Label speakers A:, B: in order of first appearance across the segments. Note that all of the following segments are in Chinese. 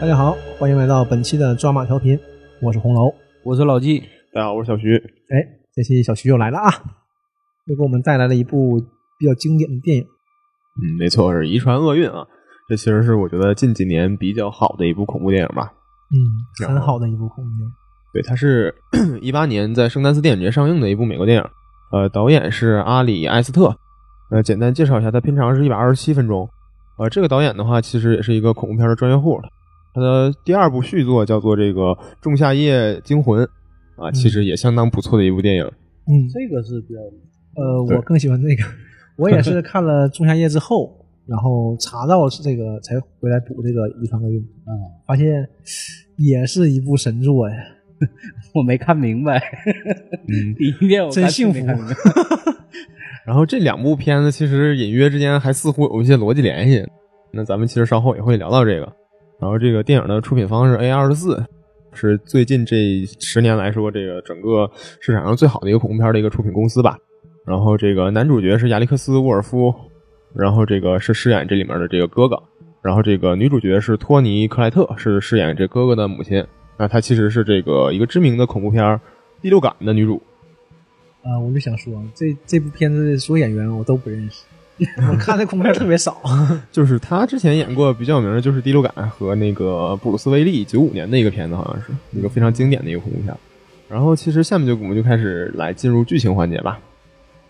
A: 大家好，欢迎来到本期的抓马调频，我是红楼。
B: 我是老纪，
C: 大家好，我是小徐。
A: 哎，这期小徐又来了啊，又给我们带来了一部比较经典的电影。
C: 嗯，没错，是《遗传厄运》啊。这其实是我觉得近几年比较好的一部恐怖电影吧。
A: 嗯，很
C: 然后
A: 好的一部恐怖片。
C: 对，它是一八年在圣丹斯电影节上映的一部美国电影。呃，导演是阿里·埃斯特。呃，简单介绍一下，它片长是一百二十七分钟。呃，这个导演的话，其实也是一个恐怖片的专业户了。他的第二部续作叫做这个《仲夏夜惊魂》，啊，
B: 嗯
C: 其实也相当不错的一部电影。
A: 嗯，
B: 这个是比较
A: 呃，
C: 对
A: 我更喜欢这个。我也是看了《仲夏夜》之后，然后查到是这个，才回来补这个《遗传厄运》。
B: 嗯，
A: 发现也是一部神作哎呀，
B: 我没看明白。
C: 嗯，
B: 第一遍我
A: 真
B: 看
A: 幸福
B: 哦没看明白。
C: 然后这两部片子其实隐约之间还似乎有一些逻辑联系。那咱们其实稍后也会聊到这个。然后这个电影的出品方是 A 二十四，是最近这十年来说这个整个市场上最好的一个恐怖片的一个出品公司吧。然后这个男主角是亚历克斯·沃尔夫，然后这个是饰演这里面的这个哥哥。然后这个女主角是托尼·克莱特，是饰演这哥哥的母亲。那她其实是这个一个知名的恐怖片儿《第六感》的女主。
A: 啊、我就想说，这这部片子的所有演员我都不认识， 我看的恐怖片特别少。
C: 就是他之前演过比较有名的就是《第六感》和那个布鲁斯威利九五年的一个片子，好像是一个非常经典的一个恐怖片。然后其实下面就我们就开始来进入剧情环节吧。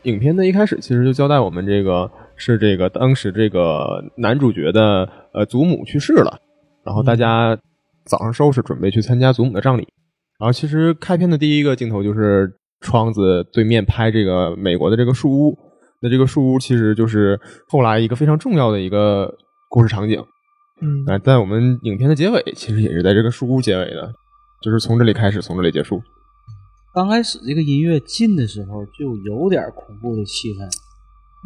C: 影片的一开始其实就交代我们这个是这个当时这个男主角的呃祖母去世了，然后大家早上收拾准备去参加祖母的葬礼。然后其实开篇的第一个镜头就是窗子对面拍这个美国的这个树屋，那这个树屋其实就是后来一个非常重要的一个故事场景。
A: 嗯
C: 啊，在我们影片的结尾，其实也是在这个树屋结尾的，就是从这里开始，从这里结束。
B: 刚开始这个音乐进的时候就有点恐怖的气氛，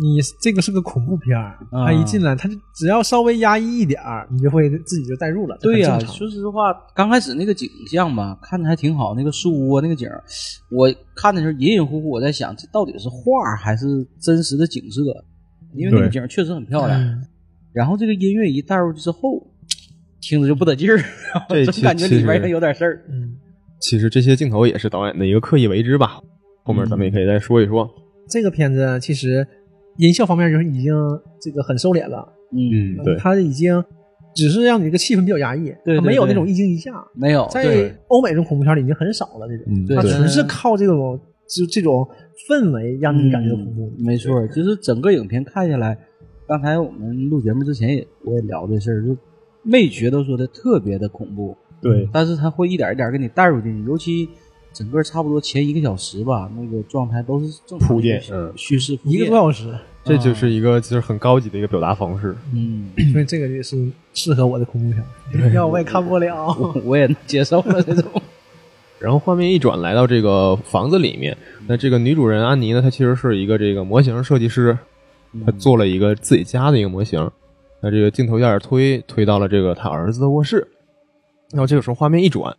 A: 你这个是个恐怖片儿，
B: 啊
A: 它一进来，它就只要稍微压抑一点儿，你就会自己就代入了。
B: 对呀、
A: 呀、
B: 说实话，刚开始那个景象吧，看着还挺好，那个树屋啊那个景儿， 我看的时候隐隐乎乎，我在想这到底是画儿还是真实的景色？因为那个
C: 对
B: 景儿确实很漂亮。然后这个音乐一带入去之后， 听着就不得劲儿，
C: 这
B: 总
C: 其
B: 感觉里边
C: 其
B: 儿
C: 实
B: 有点事儿。
A: 嗯，
C: 其实这些镜头也是导演的一个刻意为之吧，后面咱们也可以再说一说。
A: 这个片子其实音效方面就是已经这个很收敛了，
B: 嗯，
C: 对
A: 它已经只是让你这个气氛比较压抑，
B: 对对
A: 它没有那
B: 对
A: 种一惊一吓，
B: 没有，对
A: 在欧美这种恐怖片里已经很少了这种。
C: 嗯，
B: 对
A: 它
B: 对
A: 纯是靠这种就这种氛围让你感觉恐怖。
B: 嗯没错，就是整个影片看下来，刚才我们录节目之前也我也聊这事儿，就没觉得说的特别的恐怖，
C: 对，
B: 但是它会一点一点给你带入进去，尤其整个差不多前一个小时吧，那个状态都是正常的
C: 铺垫
B: 叙
C: 嗯
B: 叙事铺
A: 一
B: 垫
A: 个多小时，
C: 这就是一个其实很高级的一个表达方式。
B: 嗯，
A: 所以这个就是适合我的恐怖片儿，要我也看不了。
B: 我 我也能接受了这种，
C: 然后画面一转，来到这个房子里面，那这个女主人安妮呢，她其实是一个这个模型设计师，她
B: 嗯
C: 做了一个自己家的一个模型。那这个镜头有点推推到了这个她儿子的卧室，然后这个时候画面一转，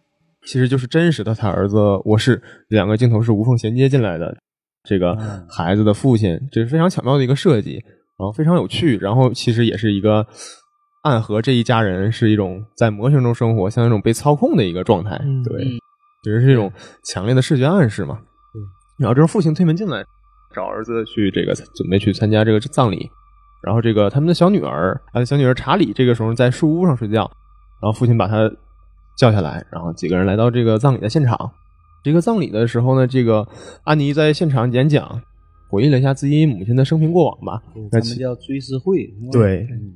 C: 其实就是真实的她儿子卧室，两个镜头是无缝衔接进来的。这个
B: 嗯
C: 孩子的父亲，这是非常巧妙的一个设计，然后非常有趣，然后其实也是一个暗合这一家人是一种在模型中生活，像一种被操控的一个状态。
A: 嗯
C: 对，
B: 嗯
C: 其实是一种强烈的视觉暗示嘛。然后这时候父亲推门进来，找儿子去这个准备去参加这个葬礼。然后这个他们的小女儿，啊，小女儿查理这个时候在树屋上睡觉，然后父亲把她叫下来，然后几个人来到这个葬礼的现场。这个葬礼的时候呢，这个安妮在现场演讲，回忆了一下自己母亲的生平过往吧。
A: 嗯
C: 那
B: 咱
C: 其
B: 们叫追思会，是吧
C: 对
B: 嗯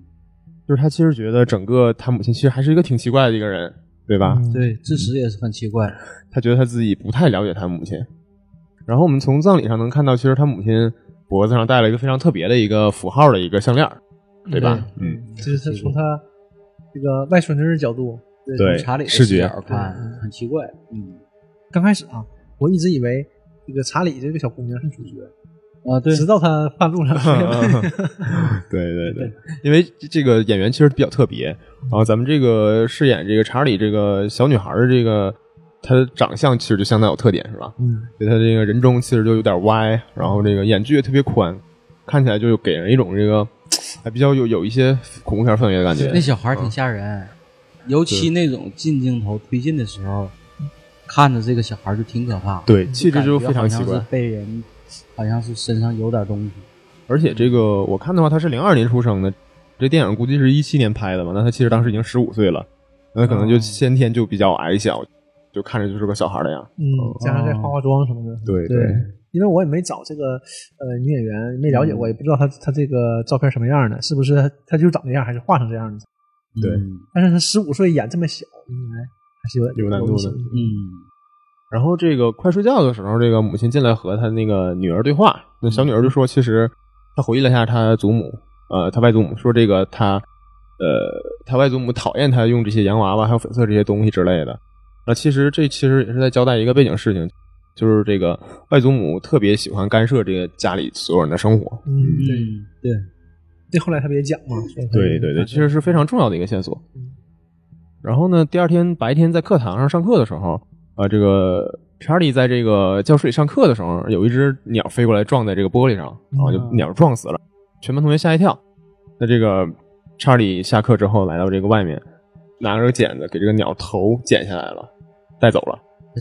C: 就是她其实觉得整个她母亲其实还是一个挺奇怪的一个人，对吧？
A: 嗯，
B: 对，致辞也是很奇怪，
C: 他觉得他自己不太了解他母亲。然后我们从葬礼上能看到，其实他母亲脖子上戴了一个非常特别的一个符号的一个项链儿，对吧？嗯，
A: 就是他从他这个外孙女的角度，
C: 对
B: 从查理的
C: 视
B: 视
C: 觉
B: 角看很奇怪，嗯
A: 刚开始啊，我一直以为这个查理这个小姑娘是主角，
B: 啊，对，
A: 直到她半 路上出现了，
C: 啊对对对，因为这个演员其实比较特别。然后咱们这个饰演这个查理这个小女孩儿的这个，她的长相其实就相当有特点，是吧？
A: 嗯，
C: 对她这个人中其实就有点歪，然后这个眼距也特别宽，看起来就哎给人一种这个还比较有有一些恐怖片氛围的感觉。
B: 那小孩儿挺吓人，尤其那种近镜头推进的时候，看着这个小孩就挺可怕。，
C: 对，气质就非常奇怪
B: 是。被人好像是身上有点东西。
C: 而且这个我看的话，他是零二年出生的，这电影估计是一七年拍的嘛，那他其实当时已经十五岁了，那可能就先天就比较矮小，就看着就是个小孩的样。
A: 嗯，加上再化化妆什么的，
C: 哦对
A: 对，因为我也没找这个呃女演员，没
C: 嗯
A: 了解过，也不知道她她这个照片什么样的，是不是她她就长那样，还是画成这样的？
C: 对
B: 嗯
A: 但是她十五岁演这么小，应该还是有点
C: 有难度的
A: 一些
B: 嗯
C: 然后这个快睡觉的时候，这个母亲进来和她那个女儿对话，那小女儿就说，其实她回忆了一下她祖母，呃，她外祖母说这个她，呃，她外祖母讨厌她用这些洋娃娃还有粉色这些东西之类的。那其实这其实也是在交代一个背景事情，就是这个外祖母特别喜欢干涉这个家里所有人的生活。
A: 嗯，
B: 嗯
A: 对，
B: 嗯，对，
A: 这后来他不也讲嘛？说她
C: 对对对，嗯其实是非常重要的一个线索。然后呢，第二天白天在课堂上上课的时候，啊、这个查理在这个教室里上课的时候，有一只鸟飞过来撞在这个玻璃上，然后就
A: 嗯
C: 鸟撞死了，全班同学吓一跳。那这个查理下课之后来到这个外面，拿着个剪子给这个鸟头剪下来了，带走了。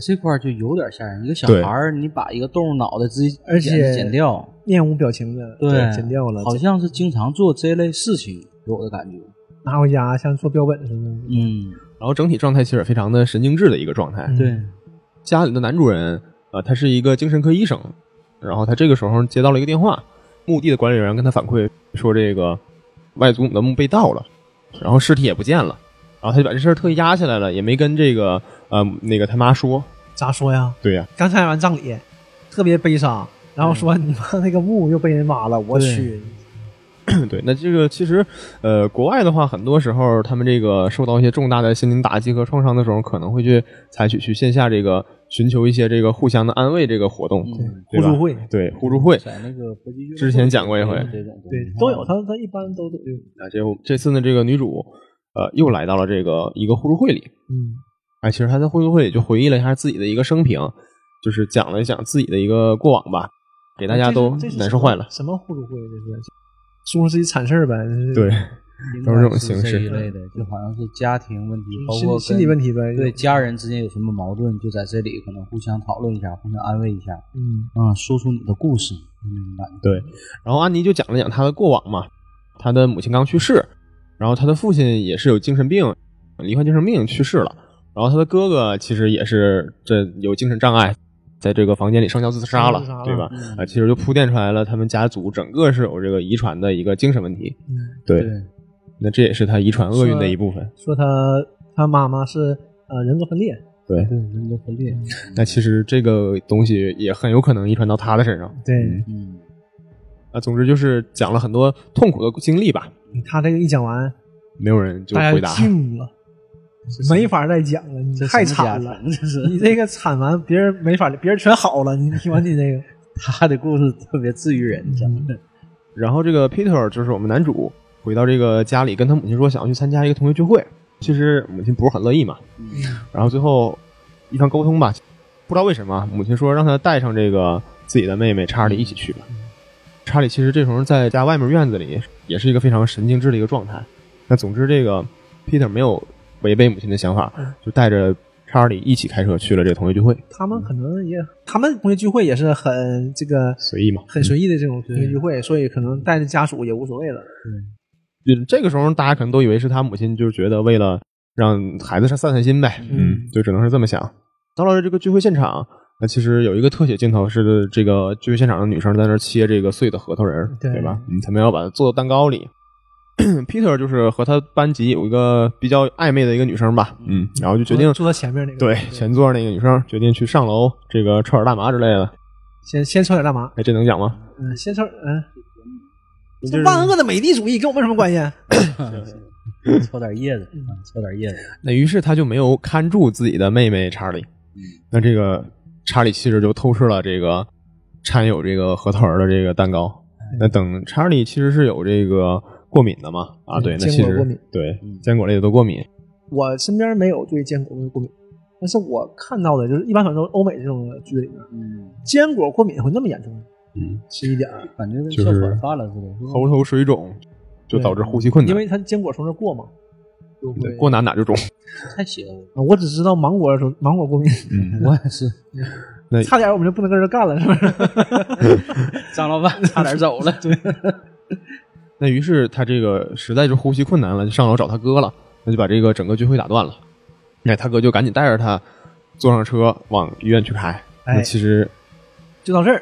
B: 这块儿就有点吓人。一个小
C: 对
B: 孩儿，你把一个动物脑袋直接
A: 而
B: 剪
A: 且
B: 剪掉，
A: 面无表情的，
B: 对
A: 剪掉了，
B: 好像是经常做这类事情，给我的感觉。
A: 拿回家像做标本似的。
B: 嗯，
C: 然后整体状态其实也非常的神经质的一个状态。
A: 嗯
B: 对，
C: 家里的男主人啊、呃他是一个精神科医生，然后他这个时候接到了一个电话，墓地的管理员跟他反馈说这个外祖母的墓被盗了，然后尸体也不见了，然后他就把这事儿特意压下来了，也没跟这个呃那个他妈说。
A: 咋说呀？
C: 对 呀、
A: 刚参加完葬礼，特别悲伤，然后说你妈那个墓又被人挖了，我
B: 对
A: 去，
C: 对，那这个其实呃国外的话，很多时候他们这个受到一些重大的心灵打击和创伤的时候，可能会去采取去线下这个寻求一些这个互相的安慰这个活动，
B: 嗯，
C: 对
A: 互
C: 吧
A: 助会，
C: 对互助会。
B: 在那个搏击俱乐部
C: 之前讲过一回
B: 有这种
C: 嗯
B: 东西
A: 对，都有，他他一般都都有，
C: 啊，这这次呢，这个女主呃又来到了这个一个互助会里，
A: 嗯，
C: 哎，其实她在互助会里就回忆了一下自己的一个生平，就是讲了一讲自己的一个过往吧，给大家
A: 哦这是
C: 都
A: 这是
C: 难受坏了。
A: 什么互助会这是？说自己惨事儿呗，就是
C: 对，
B: 应
C: 都是这种
B: 该
C: 形式
B: 这一类的，就好像是家庭问题，包
A: 心
B: 括
A: 心理
B: 跟
A: 问题呗，
B: 对，家人之间有什么矛盾，就在这里可能互相讨论一下，互相安慰一下，
A: 嗯，
B: 啊、说出你的故事，那种感觉。
C: 对，然后安妮就讲了讲她的过往嘛，她的母亲刚去世，然后她的父亲也是有精神病，罹患精神病去世了，然后她的哥哥其实也是这有精神障碍，在这个房间里上吊自杀了，
A: 上吊自杀
C: 对
A: 了嗯
C: 吧？
B: 嗯
C: 啊、其实就铺垫出来了，他们家族整个是有这个遗传的一个精神问题。
A: 嗯
C: 对
B: 对，
C: 那这也是他遗传厄运的一部分。
A: 说他他妈妈是呃人格分裂，
C: 对，
B: 对，人格分裂，
C: 那其实这个东西也很有可能遗传到他的身上。
A: 对
B: 嗯，
C: 啊，总之就是讲了很多痛苦的经历吧，
A: 他这个一讲完，
C: 没有人就
A: 大
C: 回
A: 家
C: 答。
A: 静 了，没法再讲了，你
B: 这
A: 太
B: 什么家
A: 惨了
B: 庭，这
A: 你
B: 是
A: 这个惨完别人没法，别人全好了，你听完你这个，
B: 他的故事特别治愈人， 真的。
C: 然后这个 Peter 就是我们男主，回到这个家里跟他母亲说想要去参加一个同学聚会，其实母亲不是很乐意嘛。然后最后一番沟通吧，不知道为什么母亲说让他带上这个自己的妹妹查理一起去吧。查理其实这时候在家外面院子里也是一个非常神经质的一个状态。那总之，这个 Peter 没有违背母亲的想法，就带着查理一起开车去了这个同学聚会，
A: 他
B: 嗯
A: 们可能也，他们同学聚会也是很这个
C: 随意嘛。
A: 很随意的这种同学聚会，所以可能带着家属也无所谓了。
C: 就是嗯这个时候，大家可能都以为是他母亲，就是觉得为了让孩子散散心呗，
A: 嗯，
C: 就只能是这么想。到了这个聚会现场，那其实有一个特写镜头是这个聚会现场的女生在那儿切这个碎的核桃仁儿，
A: 对
C: 对吧？嗯，他们要把它做到蛋糕里。Peter 就是和他班级有一个比较暧昧的一个女生吧，嗯，然后就决定
A: 坐到前面那个，
C: 对前座那个女生决定去上楼，这个抽点大麻之类的。
A: 先先抽点大麻，
C: 哎，这能讲吗？
A: 嗯，先抽，嗯，这万恶的美帝主义跟我们什么关系？
B: 抽点叶子，啊抽点叶子，
C: 那于是他就没有看住自己的妹妹查理。
A: 嗯
C: 那这个查理其实就偷吃了这个掺有这个核桃仁的这个蛋糕。
A: 哎
C: 那等查理其实是有这个过敏的嘛？啊，
A: 嗯
C: 对，那
A: 坚
C: 其
A: 果
C: 实
A: 过敏嗯
C: 对坚果类的都过敏。
A: 我身边没有对坚果过敏，但是我看到的就是一般反正欧美这种剧里面，
B: 嗯，
A: 坚果过敏会那么严重，
C: 嗯，
A: 吃一点儿，
B: 感觉跟
C: 就
B: 哮
C: 是
B: 喘犯了似的。是吧
C: 喉头水肿就
A: 对
C: 导致呼吸困难。
A: 因为它坚果从这过嘛，都
C: 对
A: 会
C: 过哪哪就中。
B: 太邪乎了。
A: 啊我只知道芒果说芒果过敏，
C: 嗯
B: 我也是，
C: 对
A: 差点我们就不能跟人干了，是不是？
B: 张老 板 差点走了。对，
C: 那于是他这个实在就呼吸困难了，就上楼找他哥了，那就把这个整个聚会打断了。哎，他哥就赶紧带着他坐上车往医院去开。
A: 哎
C: 那其实
A: 就到这儿，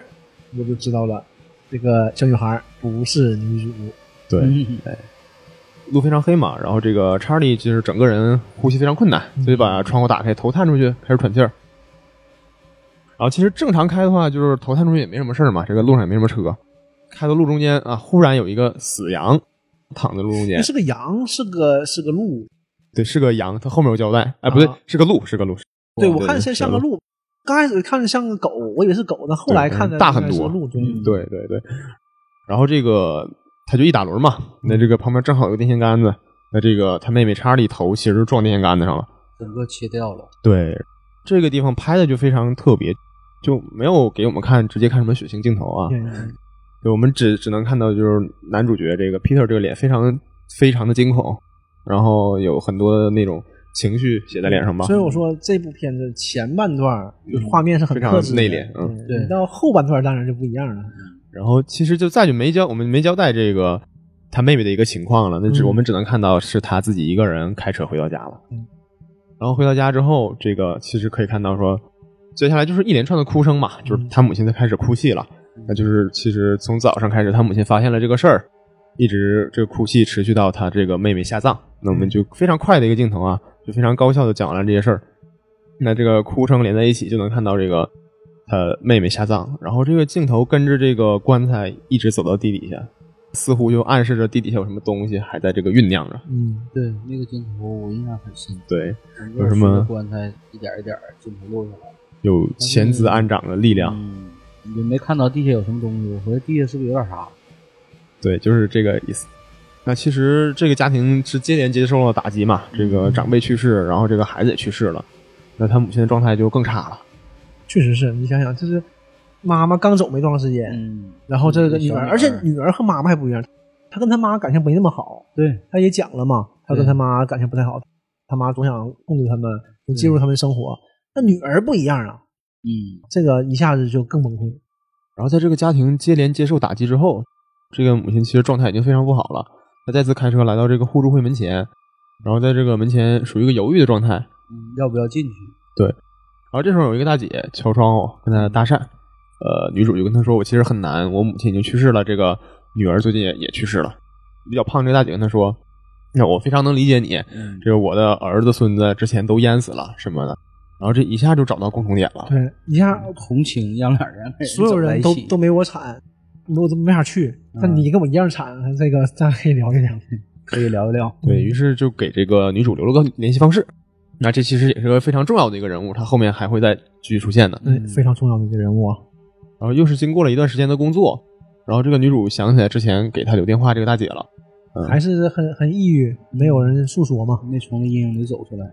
A: 我就知道了，这个小女孩不是女主。
C: 对
B: 嗯
C: 路非常黑嘛，然后这个查理就是整个人呼吸非常困难，
A: 嗯
C: 所以把窗户打开，头探出去，开始喘气儿。然后其实正常开的话，就是头探出去也没什么事儿嘛，这个路上也没什么车。开到路中间啊，忽然有一个死羊躺在路中间
A: 哎那，是个羊，是个是个鹿，
C: 对，是个羊，它后面有胶带，哎，不对
A: 啊，
C: 是个鹿，是个鹿。是
A: 对我看像像个
C: 鹿。
A: 鹿，刚开始看着像个狗，我以为是狗，但后来
C: 对
A: 看着
C: 大很多
A: 应该是个鹿，对，
B: 嗯
C: 对对对，然后这个他就一打轮嘛，那这个旁边正好有个电线杆子，那这个他妹妹查理头其实撞电线杆子上了。
B: 整个切掉了。
C: 对，这个地方拍的就非常特别，就没有给我们看直接看什么血腥镜头啊，
A: 嗯
C: 就我们只只能看到就是男主角这个 Peter 这个脸非常非常的惊恐，然后有很多那种情绪写在脸上吧。
A: 所以我说这部片子前半段儿就是画面是很
C: 嗯非常
A: 克制的
C: 内敛嗯
A: 对你到后半段当然就不一样了。
C: 然后其实就再就没交我们没交代这个他妹妹的一个情况了，那只、
A: 嗯
C: 我们只能看到是他自己一个人开车回到家了。
A: 嗯
C: 然后回到家之后，这个其实可以看到说，接下来就是一连串的哭声嘛，就是
A: 嗯
C: 他母亲她开始哭泣了。那就是其实从早上开始，他母亲发现了这个事儿，一直这个哭泣持续到他这个妹妹下葬。那我们就非常快的一个镜头啊，就非常高效的讲完了这些事儿。那这个哭声连在一起，就能看到这个他妹妹下葬，然后这个镜头跟着这个棺材一直走到地底下，似乎就暗示着地底下有什么东西还在这个酝酿着。
A: 嗯，
B: 对，那个镜头我印象很深。
C: 对，
B: 整
C: 有
B: 个
C: 什么
B: 塑料棺材一点一点儿镜头落下来。
C: 有潜滋暗长的力量。
B: 嗯，也没看到地下有什么东西。我合计地下是不是有点啥？
C: 对，就是这个意思。那其实这个家庭是接连接受了打击嘛，这个长辈去世，然后这个孩子也去世了，那他母亲的状态就更差了。
A: 确实是你想想，就是妈妈刚走没多长时间，
B: 嗯，
A: 然后这个女
B: 小
A: 儿，而且女儿和妈妈还不一样，她跟她妈感情没那么好。
B: 对，
A: 她也讲了嘛，她跟她妈感情不太好，她妈总想控制他们，总介入他们生活。那女儿不一样啊，
B: 嗯，
A: 这个一下子就更崩溃。
C: 然后在这个家庭接连接受打击之后，这个母亲其实状态已经非常不好了。她再次开车来到这个互助会门前，然后在这个门前属于一个犹豫的状态。
B: 嗯要不要进去？
C: 然后这时候有一个大姐敲窗户跟她搭讪，呃，女主就跟她说：“我其实很难，我母亲已经去世了，这个女儿最近也也去世了。”比较胖这个大姐跟她说：“那我非常能理解你，
B: 嗯，
C: 这个我的儿子、孙子之前都淹死了什么的。”然后这一下就找到共同点了。
A: 对，嗯一下
B: 同情让俩人
A: 所有人都都没我惨，我都没法去。但你跟我一样惨，这个咱可以聊一聊。
B: 可以聊一聊。
C: 对于是就给这个女主留了个联系方式。那这其实也是个非常重要的一个人物，她后面还会再继续出现的。
A: 对，非常重要的一个人物啊。
C: 然后又是经过了一段时间的工作，然后这个女主想起来之前给她留电话这个大姐了，嗯
A: 还是很很抑郁，没有人诉说嘛。
B: 没从那阴影里走出来。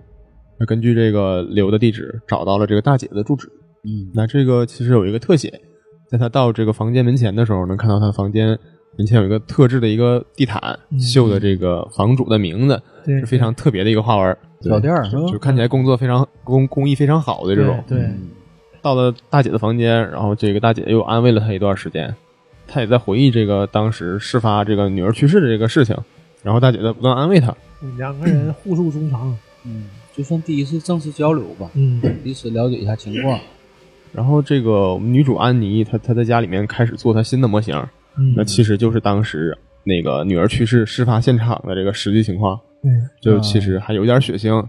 C: 那根据这个留的地址找到了这个大姐的住址。
B: 嗯，
C: 那这个其实有一个特写，在她到这个房间门前的时候，能看到她房间门前有一个特制的一个地毯，
A: 嗯
C: 绣的这个房主的名字，
A: 对
C: 是非常特别的一个花纹，
B: 小店儿
C: 对就看起来工作非常工工艺非常好的这种。
A: 对，
B: 嗯
C: 到了大姐的房间，然后这个大姐又安慰了她一段时间，她也在回忆这个当时事发这个女儿去世的这个事情，然后大姐在不断安慰她。
A: 两个人互诉衷肠。
B: 嗯，就算第一次正式交流吧，
A: 嗯，
B: 彼此了解一下情况。
C: 然后这个我们女主安妮，她她在家里面开始做她新的模型，
A: 嗯
C: 那其实就是当时那个女儿去世事发现场的这个实际情况，
A: 对，
B: 啊
C: 就其实还有一点血腥。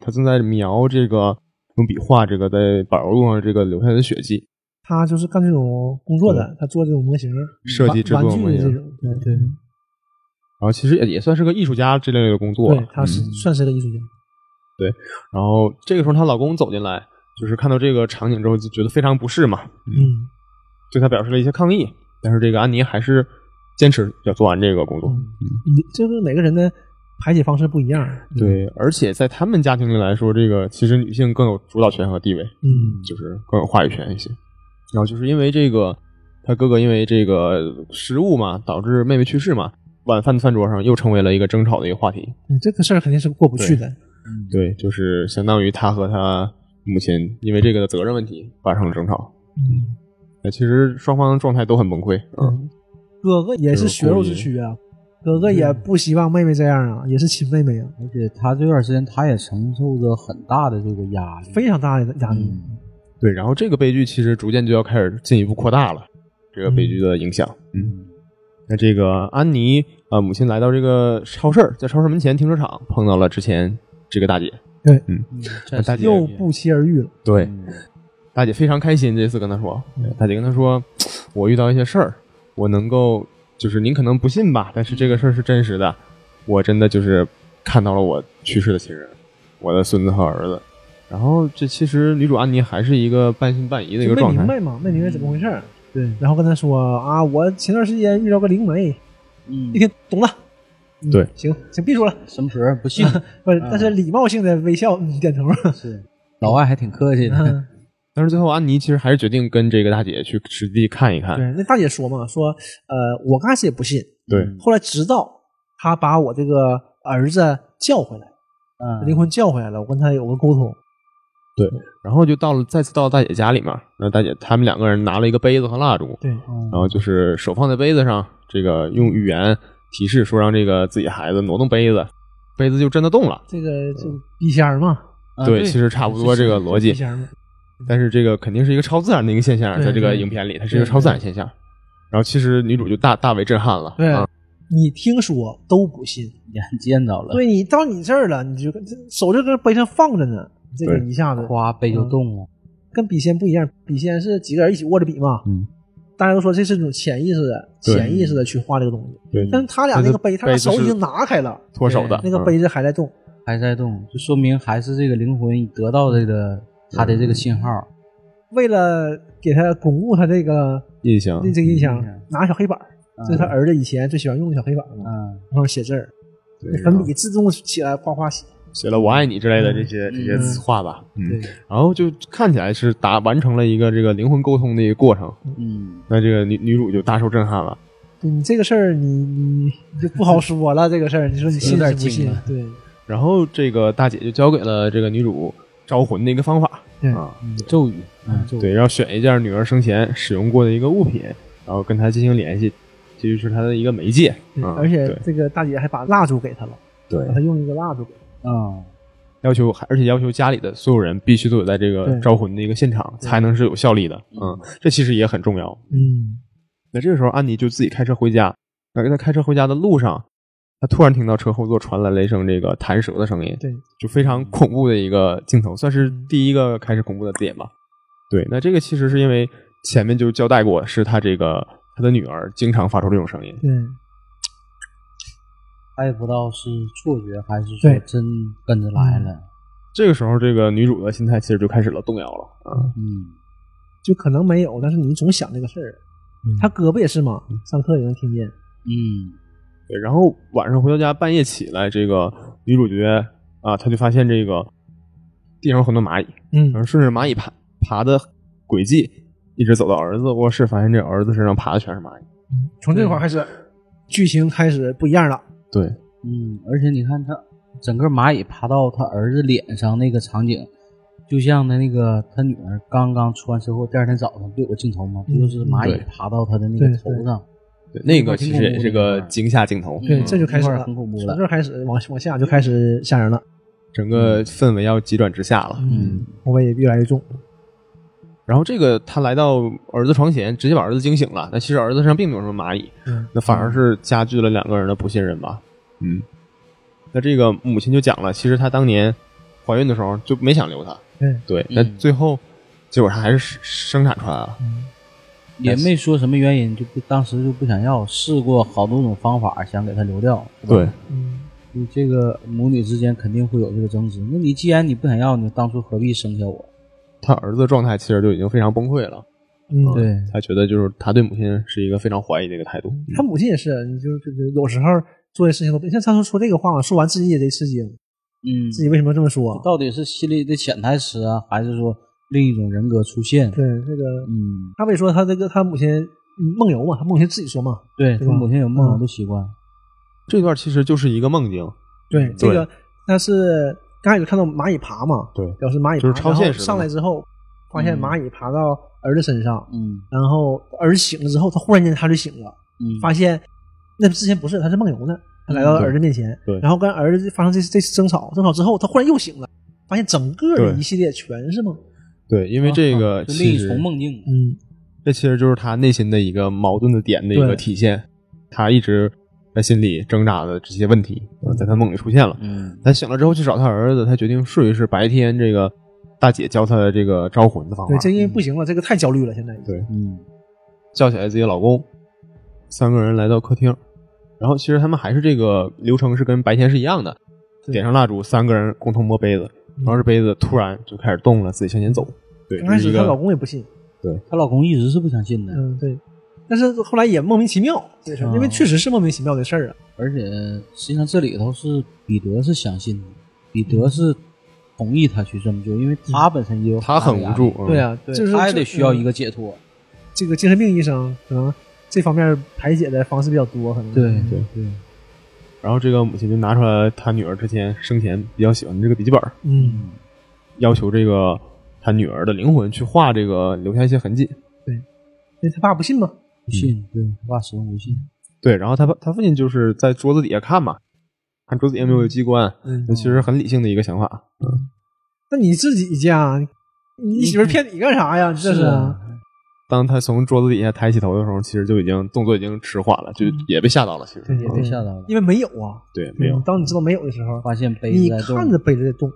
C: 她正在描这个用笔画这个在柏油路上这个留下的血迹，
A: 他就是干这种工作的，他做这种模型，
C: 嗯设计制
A: 玩
C: 作
A: 玩具
C: 模
A: 的
C: 型，
A: 这
C: 然
A: 种，对对。
C: 后其实也也算是个艺术家之类的工作了嗯
A: 对，。他是、算是个艺术家。
C: 然后这个时候她老公走进来，就是看到这个场景之后就觉得非常不适嘛，
A: 嗯，
C: 对她表示了一些抗议。但是这个安妮还是坚持要做完这个工作。
A: 嗯你这个每个人的排解方式不一样。，啊嗯
C: 对，而且在他们家庭里来说，这个其实女性更有主导权和地位，
A: 嗯，
C: 就是更有话语权一些。然后就是因为这个，他哥哥因为这个失误嘛，导致妹妹去世嘛。晚饭的饭桌上又成为了一个争吵的一个话题。
A: 你嗯这个事儿肯定是过不去的。
C: 对，就是相当于他和他母亲因为这个责任问题发生了争吵。哎
A: 嗯，
C: 那其实双方状态都很崩溃。嗯，
A: 哥哥也是血肉之躯啊，哥哥也
C: 嗯
A: 不希望妹妹这样啊，也是亲妹妹啊，
B: 而且他这段时间他也承受着很大的这个压力，
A: 非常大的压力。
B: 嗯
C: 对。然后这个悲剧其实逐渐就要开始进一步扩大了，这个悲剧的影响。
B: 嗯
C: 那这个安妮啊、呃母亲来到这个超市，在超市门前停车场碰到了之前这个大姐。
B: 嗯，
C: 那大姐
A: 又不期而遇了，
C: 对
B: 嗯
C: 大姐非常开心，这次跟她说，
A: 嗯
C: 大姐跟她说，我遇到一些事儿，我能够就是您可能不信吧，但是这个事儿是真实的，我真的就是看到了我去世的亲人，我的孙子和儿子。然后这其实女主安妮还是一个半信半疑的一
A: 就
C: 个
A: 没
C: 状
A: 明
C: 态，嗯
A: 白嘛，没明白怎么回事儿。对，然后跟他说啊，我前段时间遇到个灵媒，
B: 嗯
A: 一，听懂了。嗯
C: 对嗯
A: 行行，别说了，
B: 什么时候 不信？
A: 不是，但是礼貌性的微笑，嗯，点头。
B: 是老外还挺客气的，
A: 嗯，
C: 但是最后安妮其实还是决定跟这个大姐去实地看一看。
A: 对，那大姐说嘛，说呃，我刚开始也不信，
C: 对
B: 嗯
A: 后来直到他把我这个儿子叫回来，
B: 嗯
A: 灵魂叫回来了，我跟他有个沟通，
C: 然后就到了再次到了大姐家里面，那大姐他们两个人拿了一个杯子和蜡烛，
A: 对，
B: 嗯
C: 然后就是手放在杯子上，这个用语言提示说让这个自己孩子挪动杯子，杯子就真的动了。
A: 这个就笔仙儿嘛，
B: 啊
C: 对，嗯其实差不多这个逻
A: 笔
C: 辑，
A: 仙儿嘛，
C: 但是这个肯定是一个超自然的一个现象，
A: 对
C: 在这个
A: 对
C: 影片里，它是一个超自然现象。然后其实女主就大大为震撼了，
A: 对
C: 啊，
A: 你听说都不信，
B: 眼见着
C: 嗯
B: 了，
A: 对你到你这儿了，你就手就搁杯上放着呢，这个
C: 对
A: 一下子
B: 夸杯就动了，
A: 跟笔仙不一样，笔仙是几个人一起握着笔嘛，
B: 嗯，
A: 大家都说这是一种潜意识的、
C: 对
A: 潜意识的去画这个东西，
C: 对
A: 但是他俩那个杯，他俩
C: 杯子
A: 手已
C: 是
A: 经拿开了，
C: 脱手的
A: 那个
C: 嗯
A: 杯子还在动，
B: 还在动，就说明还是这个灵魂得到这个他的这个信号，
A: 为了给他巩固他这个
C: 印象
A: 这，这个印象
B: 印象，
A: 拿小黑板儿，这是他儿子以前最喜欢用的小黑板儿嘛，
B: 嗯，
A: 然后写字儿，
C: 对
A: 粉笔自动起来哗哗写，
C: 写了“我爱你”之类的这些这些
A: 嗯
C: 词话吧，嗯，
A: 对，
C: 然后就看起来是达完成了一个这个灵魂沟通的一个过程。
B: 嗯，
C: 那这个女女主就大受震撼了，
A: 对你这个事儿，你你你就不好说了。这个事儿，你说你信是
B: 有点
A: 不信
B: 近了？
A: 对，
C: 然后这个大姐就教给了这个女主招魂的一个方法，
A: 对
C: 啊，
B: 嗯咒语，嗯，
A: 就
C: 对，要选一件女儿生前使用过的一个物品，然后跟她进行联系，这就是她的一个媒介。
A: 对
C: 啊
A: 而且
C: 对
A: 这个大姐还把蜡烛给他了，
C: 对
A: 把他用一个蜡烛给他。
B: 嗯，
C: 要求，而且要求家里的所有人必须都有在这个
A: 对
C: 招魂的一个现场，
A: 对
C: 才能是有效力的。嗯，这其实也很重要。
A: 嗯，
C: 那这个时候，安妮就自己开车回家。那在开车回家的路上，她突然听到车后座传来了一声这个弹舌的声音，
A: 对，
C: 就非常恐怖的一个镜头，算是第一个开始恐怖的点吧。对，那这个其实是因为前面就交代过，是她这个她的女儿经常发出这种声音。
A: 对，
B: 他也不知道是错觉还是说
A: 对
B: 真跟着来了，
C: 这个时候，这个女主的心态其实就开始了动摇了啊。
B: 嗯，
A: 就可能没有，但是你总想这个事儿。他胳膊也是嘛，上课也能听见。
B: 嗯，
C: 对，然后晚上回到家，半夜起来，这个女主角啊，她就发现这个地上有很多蚂蚁，
A: 嗯
C: 然后顺着蚂蚁爬爬的轨迹，一直走到儿子卧室，发现这儿子身上爬的全是蚂蚁。
A: 从这块儿开始，剧情开始不一样了。
C: 对，
B: 嗯，而且你看他整个蚂蚁爬到他儿子脸上那个场景，就像他那个他女儿刚刚出完车祸，第二天早上不有个镜头吗？不
A: 嗯
B: 就是蚂
C: 对
B: 蚁爬到他的那个
A: 对
B: 头上，
C: 对那个其实也是个惊吓镜头，
A: 对，
B: 嗯
A: 这就开始
B: 那块
A: 了，
B: 儿很恐怖
A: 从
B: 的
A: 这儿开始往往下就开始吓人了。
C: 整
B: 嗯
C: 个氛围要急转直下了。
A: 嗯，口味也越来越重。
C: 嗯然后这个他来到儿子床前，直接把儿子惊醒了。那其实儿子身上并没有什么蚂蚁，
A: 嗯
C: 那反而是加剧了两个人的不信任吧。嗯，那这个母亲就讲了，其实她当年怀孕的时候就没想留他，
A: 对
C: 对，
B: 嗯
C: 那最后结果她还是生生产出来了。
B: 也没说什么原因，就不当时就不想要，试过好多种方法想给他留掉，是吧
C: 对，
A: 嗯，
B: 你这个母女之间肯定会有这个争执。那你既然你不想要，你当初何必生下我？
C: 她儿子的状态其实就已经非常崩溃了，
A: 嗯，
B: 对，
C: 他觉得就是他对母亲是一个非常怀疑的一个态度。
B: 嗯
A: 他母亲也是，你就是就是有时候做的事情都不像他说说这个话嘛，说完自己也贼吃惊，
B: 嗯，
A: 自己为什么这么说？
B: 到底是心里的潜台词啊，还是说另一种人格出现？
A: 对，这个
B: 嗯，
A: 他不也
C: 嗯
A: 说他这个他母亲梦游嘛，他母亲自己说嘛，
B: 对，
A: 对
B: 他
A: 吧
B: 母亲有梦游的习惯，
C: 这段其实就是一个梦境，
A: 对，这个他是刚开始看到蚂蚁爬嘛，
C: 对
A: 表示蚂蚁爬，
C: 就是超现
A: 然
C: 实
A: 后
C: 的
A: 上来之后，发现
B: 嗯
A: 蚂蚁爬到儿子身上，
B: 嗯
A: 然后儿子醒了之后，他忽然间他就醒了，
B: 嗯，
A: 发现那之前不是，他是梦游呢，他来到
C: 嗯对
A: 儿子面前，
C: 对
A: 然后跟儿子发生这这次争吵，争吵之后，他忽然又醒了，发现整个的
C: 对
A: 一系列全是梦，
C: 对，因为这
B: 啊
C: 个
B: 就另
C: 其
B: 一
C: 实
B: 重梦境，
A: 嗯，
C: 这其实就是他内心的一个矛盾的点的一
A: 对
C: 个体现，他一直在心里挣扎的这些问题，呃在他梦里出现了。
B: 嗯
C: 他醒了之后去找他儿子，他决定试一试白天这个大姐教他的这个招魂的方法
A: 对，，这因为不行了，这个太焦虑了，现在已经
C: 嗯对
B: 嗯
C: 叫起来自己的老公，三个人来到客厅，然后其实他们还是这个流程是跟白天是一样的，
A: 对嗯
C: 点上蜡烛，三个人共同摸杯子，然后这杯子突然就开始动了，自己向前走。对，
A: 刚开
C: 这是
A: 始
C: 一
A: 她老
C: 个
A: 公也不信，
B: 她老公一直是不相信的，
A: 嗯，对，但是后来也莫名其妙这事儿，
B: 啊
A: 因为确实是莫名其妙的事儿啊，
B: 而且实际上这里头是彼得是相信的，彼得是同意他去这么做，因为他本身也有
C: 他很
B: 大
C: 无
B: 的
C: 助，
B: 压力，
C: 嗯
A: 对，啊，
B: 对
A: 就是
B: 他也得需要一
A: 个
B: 个解脱。
A: 这个精神病医生可能这方面排解的方式比较多，可能嗯
B: 对
C: 对
B: 对，
C: 然后这个母亲就拿出来她女儿之前生前比较喜欢的这个笔记本，
A: 嗯，
C: 要求这个她女儿的灵魂去画这个留下一些痕迹。
A: 因为他爸不信嘛，
B: 不信，对他爸始终不信。
C: 对，然后他他父亲就是在桌子底下看嘛，看桌子底下有没有机关，
A: 嗯
C: 那，其实很理性的一个想法。
A: 那你自己家，你媳妇儿骗你干啥呀？这
B: 嗯是
A: 啊，
C: 当他从桌子底下抬起头的时候，其实就已经动作已经迟缓了，就也被吓到了。其实
A: 对也
B: 被
A: 对
C: 嗯
B: 吓到了，
A: 因为没有啊，
C: 对，没有
A: 嗯。当你知道没有的时候，
B: 发现杯
A: 你
B: 子在动，
A: 看着杯子在动，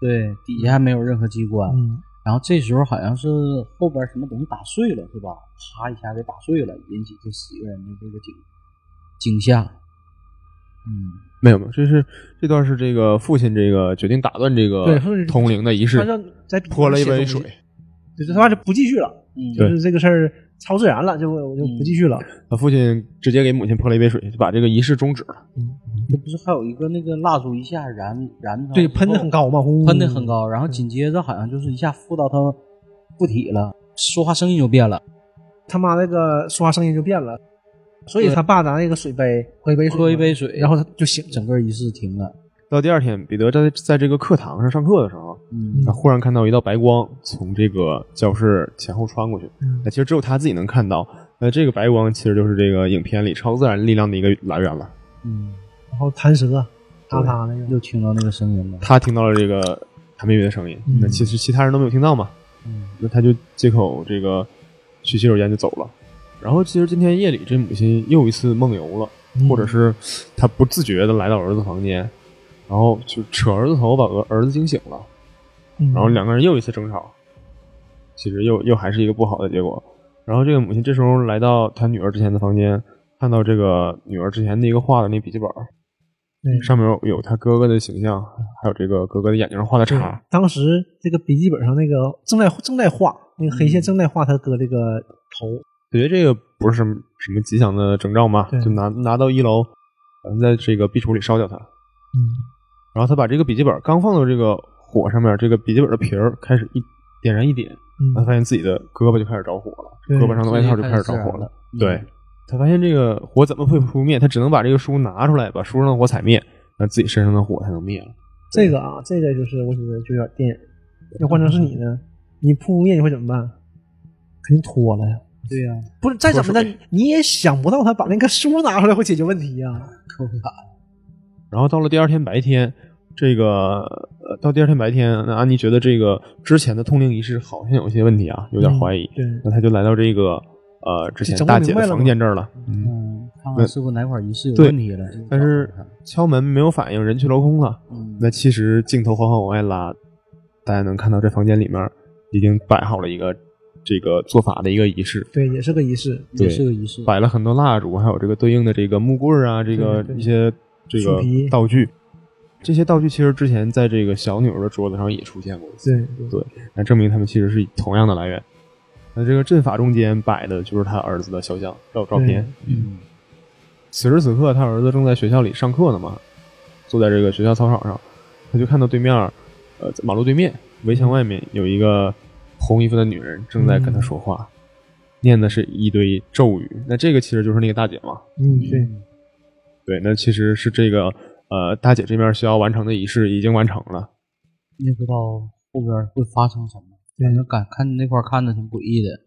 B: 对底下还没有任何机关，
A: 嗯，
B: 然后这时候好像是后边什么东西打碎了，是吧？啪一下给打碎了，引起这十个人的这个惊惊吓。嗯，
C: 没有没有，这是这段是这个父亲这个决定打断这个
A: 对父亲
C: 通灵的仪式
A: 他，让在笔
C: 泼了一杯
A: 上写
C: 水
A: 东西，。对，他爸就不继续了，
B: 嗯
A: 就是这个事儿超自然了，就我就不继续了。
C: 他父亲直接给母亲泼了一杯水，就把这个仪式终止了。
B: 嗯这不是还有一个那个蜡烛一下燃燃它，
A: 对，喷的很，高嗯嘛，呼
B: 哦喷的很，高，然后紧接着好像就是一下附到他附体了，说话声音就变了，
A: 他妈那个说话声音就变了，所以他爸拿那个水杯喝一杯水嘛，
B: 喝一杯水，
A: 然后他就醒了。
B: 整个仪式停了。
C: 到第二天，彼得在在这个课堂上上课的时候，
B: 嗯
C: 他忽然看到一道白光从这个教室前后穿过去。
A: 嗯
C: 那其实只有他自己能看到。那这个白光其实就是这个影片里超自然力量的一个来源了。
B: 嗯，
A: 然后啊弹舌，咔咔的就
B: 又嗯听到那个声音了。
C: 他听到了这个谭梅云的声音，
A: 嗯
C: 那其实其他人都没有听到嘛。
B: 嗯
C: 那他就借口这个去洗手间就走了。然后其实今天夜里这母亲又一次梦游了，或者是她不自觉的来到儿子房间，然后就扯儿子头把儿儿子惊醒了，
A: 嗯
C: 然后两个人又一次争吵，其实又又还是一个不好的结果。然后这个母亲这时候来到她女儿之前的房间，看到这个女儿之前的一个画的那笔记本，
A: 对
C: 上面有有她哥哥的形象，还有这个哥哥的眼睛上画的
A: 对
C: 叉，
A: 当时这个笔记本上那个正在正在画，那个黑
B: 嗯
A: 线正在画他哥这个头，
C: 我觉得这个不是什么什么吉祥的征兆嘛
A: 对，
C: 就拿拿到一楼，咱在这个壁橱里烧掉它。
A: 嗯，
C: 然后他把这个笔记本刚放到这个火上面，这个笔记本的皮儿开始一点燃一点，他
A: 嗯，
C: 发现自己的胳膊就开始着火了，
A: 对
C: 胳膊上的外套就开始着火了。
A: 嗯
B: 嗯
C: 对，他发现这个火怎么会扑灭？他只能把这个书拿出来，把书上的火踩灭，那自己身上的火才能灭了。
A: 这个啊，这个就是我觉得就有点电影。要换成是你呢，你扑不灭你会怎么办？肯定脱了呀。
B: 对呀，
A: 不是，再怎么的
C: 脱水，
A: 你也想不到他把那个书拿出来会解决问题呀、啊
B: 扣不打
C: 然后到了第二天白天，这个呃，到第二天白天，那安妮觉得这个之前的通灵仪式好像有些问题啊，有点怀疑。
A: 对，
C: 那他就来到这个呃之前
A: 嗯整不
C: 大姐
A: 明白
C: 的
A: 了吗
C: 房间这儿了，
B: 嗯，看看
C: 那
B: 是不是哪块仪式有
C: 对
B: 问题了。
C: 但是敲门没有反应，人去楼空了。
B: 嗯，
C: 那其实镜头缓缓往外拉，大家能看到这房间里面已经摆好了一个这个做法的一个仪式，
A: 对，也是个仪式。
B: 也是个仪式。
C: 摆了很多蜡烛，还有这个对应的这个木棍儿啊，这个
A: 对对
C: 一些这
A: 树
C: 个
A: 皮
C: 道具。这些道具其实之前在这个小女儿的桌子上也出现过一次，
A: 对，
C: 那证明他们其实是同样的来源。那这个阵法中间摆的就是他儿子的肖像照照片，
B: 嗯
C: 此时此刻，他儿子正在学校里上课呢嘛，坐在这个学校操场上，他就看到对面，呃，在马路对面围墙外面有一个红衣服的女人正在跟他说话，念的是一堆咒语。那这个其实就是那个大姐嘛。
A: 嗯，对，
C: 对，那其实是这个呃大姐这边需要完成的仪式已经完成了。
B: 也不知道后边会发生什么。反
C: 嗯
B: 正感看那块儿看着挺诡异的，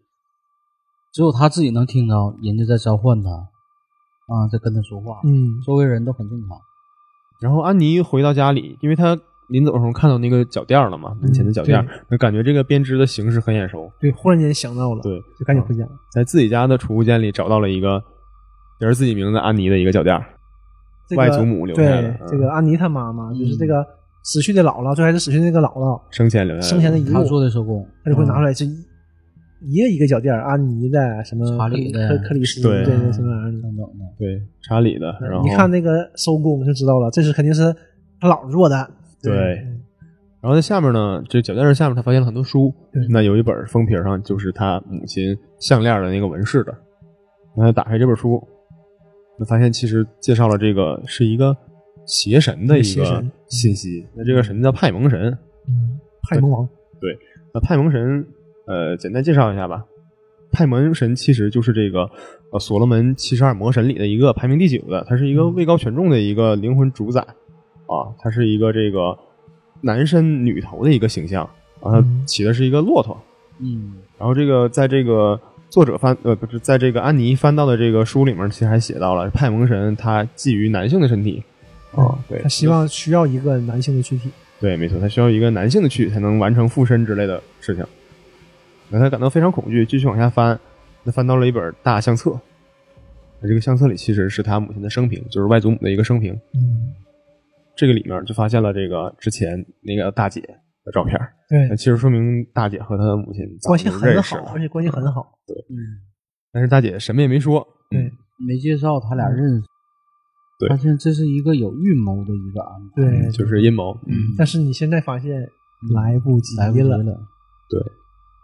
B: 只有他自己能听到人家在召唤他，啊，在跟他说话，
A: 嗯，
B: 周围人都很正常。
C: 然后安妮回到家里，因为她临走的时候看到那个脚垫儿了嘛，门前的脚垫儿，那、感觉这个编织的形式很眼熟。
A: 对，忽然间想到了，
C: 对，
A: 就赶紧回家。
C: 在自己家的储物间里找到了一个也是自己名字安妮的一个脚垫儿，
A: 这个
C: 外祖母留下嗯的
A: 对，这个安妮她妈妈就是这个死去的姥姥，最开始死去那个姥姥
C: 生前留下的。
A: 生前的遗
B: 他
A: 物，
B: 做的啊手工，
A: 她哎就会拿出来是一一个一个脚垫儿，安妮的什么
B: 查理的
A: 克克克里斯
C: 对嗯
A: 对对什么玩意儿的。
B: 等等的，
C: 对查理的，然后
A: 你看那个收工就知道了，这是肯定是他姥儿做的。嗯
C: 对然后在下面呢，这脚垫儿下面他发现了很多书
A: 对，
C: 那有一本封皮儿上就是他母亲项链儿的那个纹饰的。然后他打开这本书，那发现其实介绍了这个是一个邪神的一
A: 邪
C: 个
A: 神
C: 信息。那这个神叫派蒙神，
A: 嗯，派蒙王，
C: 那派蒙神，呃，简单介绍一下吧。派蒙神其实就是这个呃所罗门七十二魔神里的一个排名第九的，他是一个位高权重的一个灵魂主宰啊，他是一个这个男身女头的一个形象啊，他
A: 嗯
C: 骑的是一个骆驼。
B: 嗯，
C: 然后这个在这个作者翻呃不是在这个安妮翻到的这个书里面，其实还写到了派蒙神他觊觎男性的身体啊，对，
A: 嗯他希望需要一个男性的躯体。
C: 对，没错，他需要一个男性的躯体才能完成附身之类的事情。那他感到非常恐惧，继续往下翻，那翻到了一本大相册。那这个相册里其实是他母亲的生平，就是外祖母的一个生平。
A: 嗯，
C: 这个里面就发现了这个之前那个大姐的照片，
A: 对
C: 那，其实说明大姐和她的母亲早
A: 关系
C: 就
A: 很
C: 认识
A: 好，啊
C: 了
A: 而，且关系很好。
C: 但是大姐什么也没说。
A: 对
B: 嗯没介绍他俩认识，
C: 对
B: 发现这是一个有预谋的一个安排，
A: 对，
C: 嗯就是嗯阴谋。
A: 但是你现在发现来不及
B: 来不及
A: 了，
B: 了，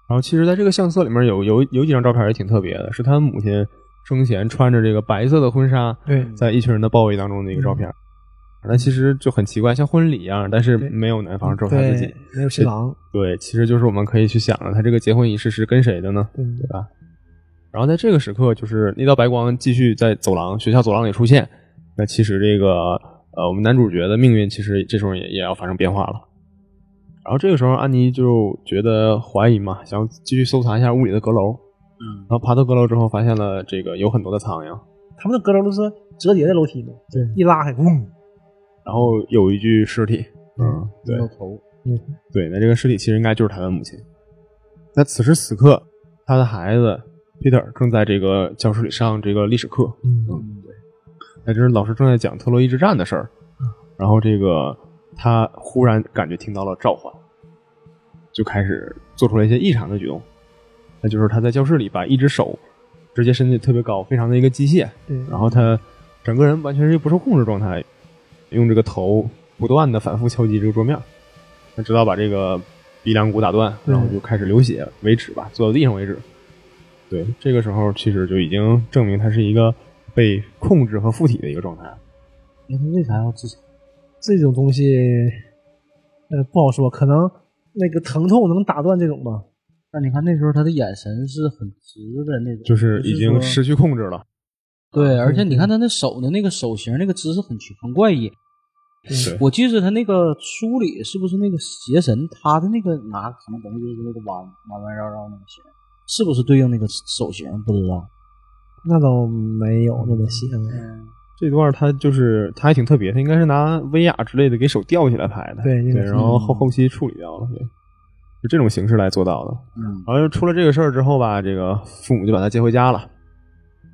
C: 然后其实，在这个相册里面有有有几张照片也挺特别的，是她母亲生前穿着这个白色的婚纱，
A: 对
C: 嗯在一群人的包围当中的一个照片。那其实就很奇怪，像婚礼一样，但是
A: 对嗯
C: 没有男方照他自己
A: 对。，没有新郎，
C: 对，其实就是我们可以去想了，他这个结婚仪式是跟谁的呢？
A: 对
C: 对吧？然后在这个时刻，就是那道白光继续在走廊、学校走廊里出现。那其实这个呃，我们男主角的命运其实这时候也也要发生变化了。然后这个时候，安妮就觉得怀疑嘛，想要继续搜查一下屋里的阁楼。
B: 嗯
C: 然，后爬到阁楼之后，发现了这个有很多的苍蝇。
A: 他们的阁楼都是折叠的楼梯嘛，
B: 对
A: 一拉开，嗡，
C: 然后有一具尸体。
A: 嗯，
C: 对
B: 露头，
C: 对，那这个尸体其实应该就是他的母亲。那此时此刻，他的孩子 Peter 正在这个教室里上这个历史课。
A: 嗯，
C: 那这是老师正在讲特洛伊之战的事儿，然后这个他忽然感觉听到了召唤，就开始做出了一些异常的举动。那就是他在教室里把一只手直接伸得特别高，非常的一个机械，
A: 对，
C: 然后他整个人完全是一个不受控制状态，用这个头不断的反复敲击这个桌面，那直到把这个鼻梁骨打断，
A: 对
C: 然后就开始流血为止吧，坐到地上为止。对，这个时候其实就已经证明他是一个被控制和附体的一个状态。
B: 哎，他为啥要自杀？
A: 这种东西，呃，不好说，可能那个疼痛能打断这种吧。
B: 但你看那时候他的眼神是很直的那种，
C: 就是已经
B: 说
C: 失去控制了，
B: 对，而且你看他那手的那个手型、那个姿势很奇很怪异。
C: 对
B: 我记得他那个书里是不是那个邪神，他的那个拿什么东西，就是那个弯弯弯绕绕那个形，是不是对应那个手型？不知道。
A: 那倒没有
C: 嗯
A: 那么细，
C: 这段他就是他还挺特别，他应该是拿威亚之类的给手吊起来拍的，
A: 对应该是
C: 然后后后期处理掉了，对，就这种形式来做到的。
B: 嗯，
C: 然后出了这个事儿之后吧，这个父母就把他接回家了。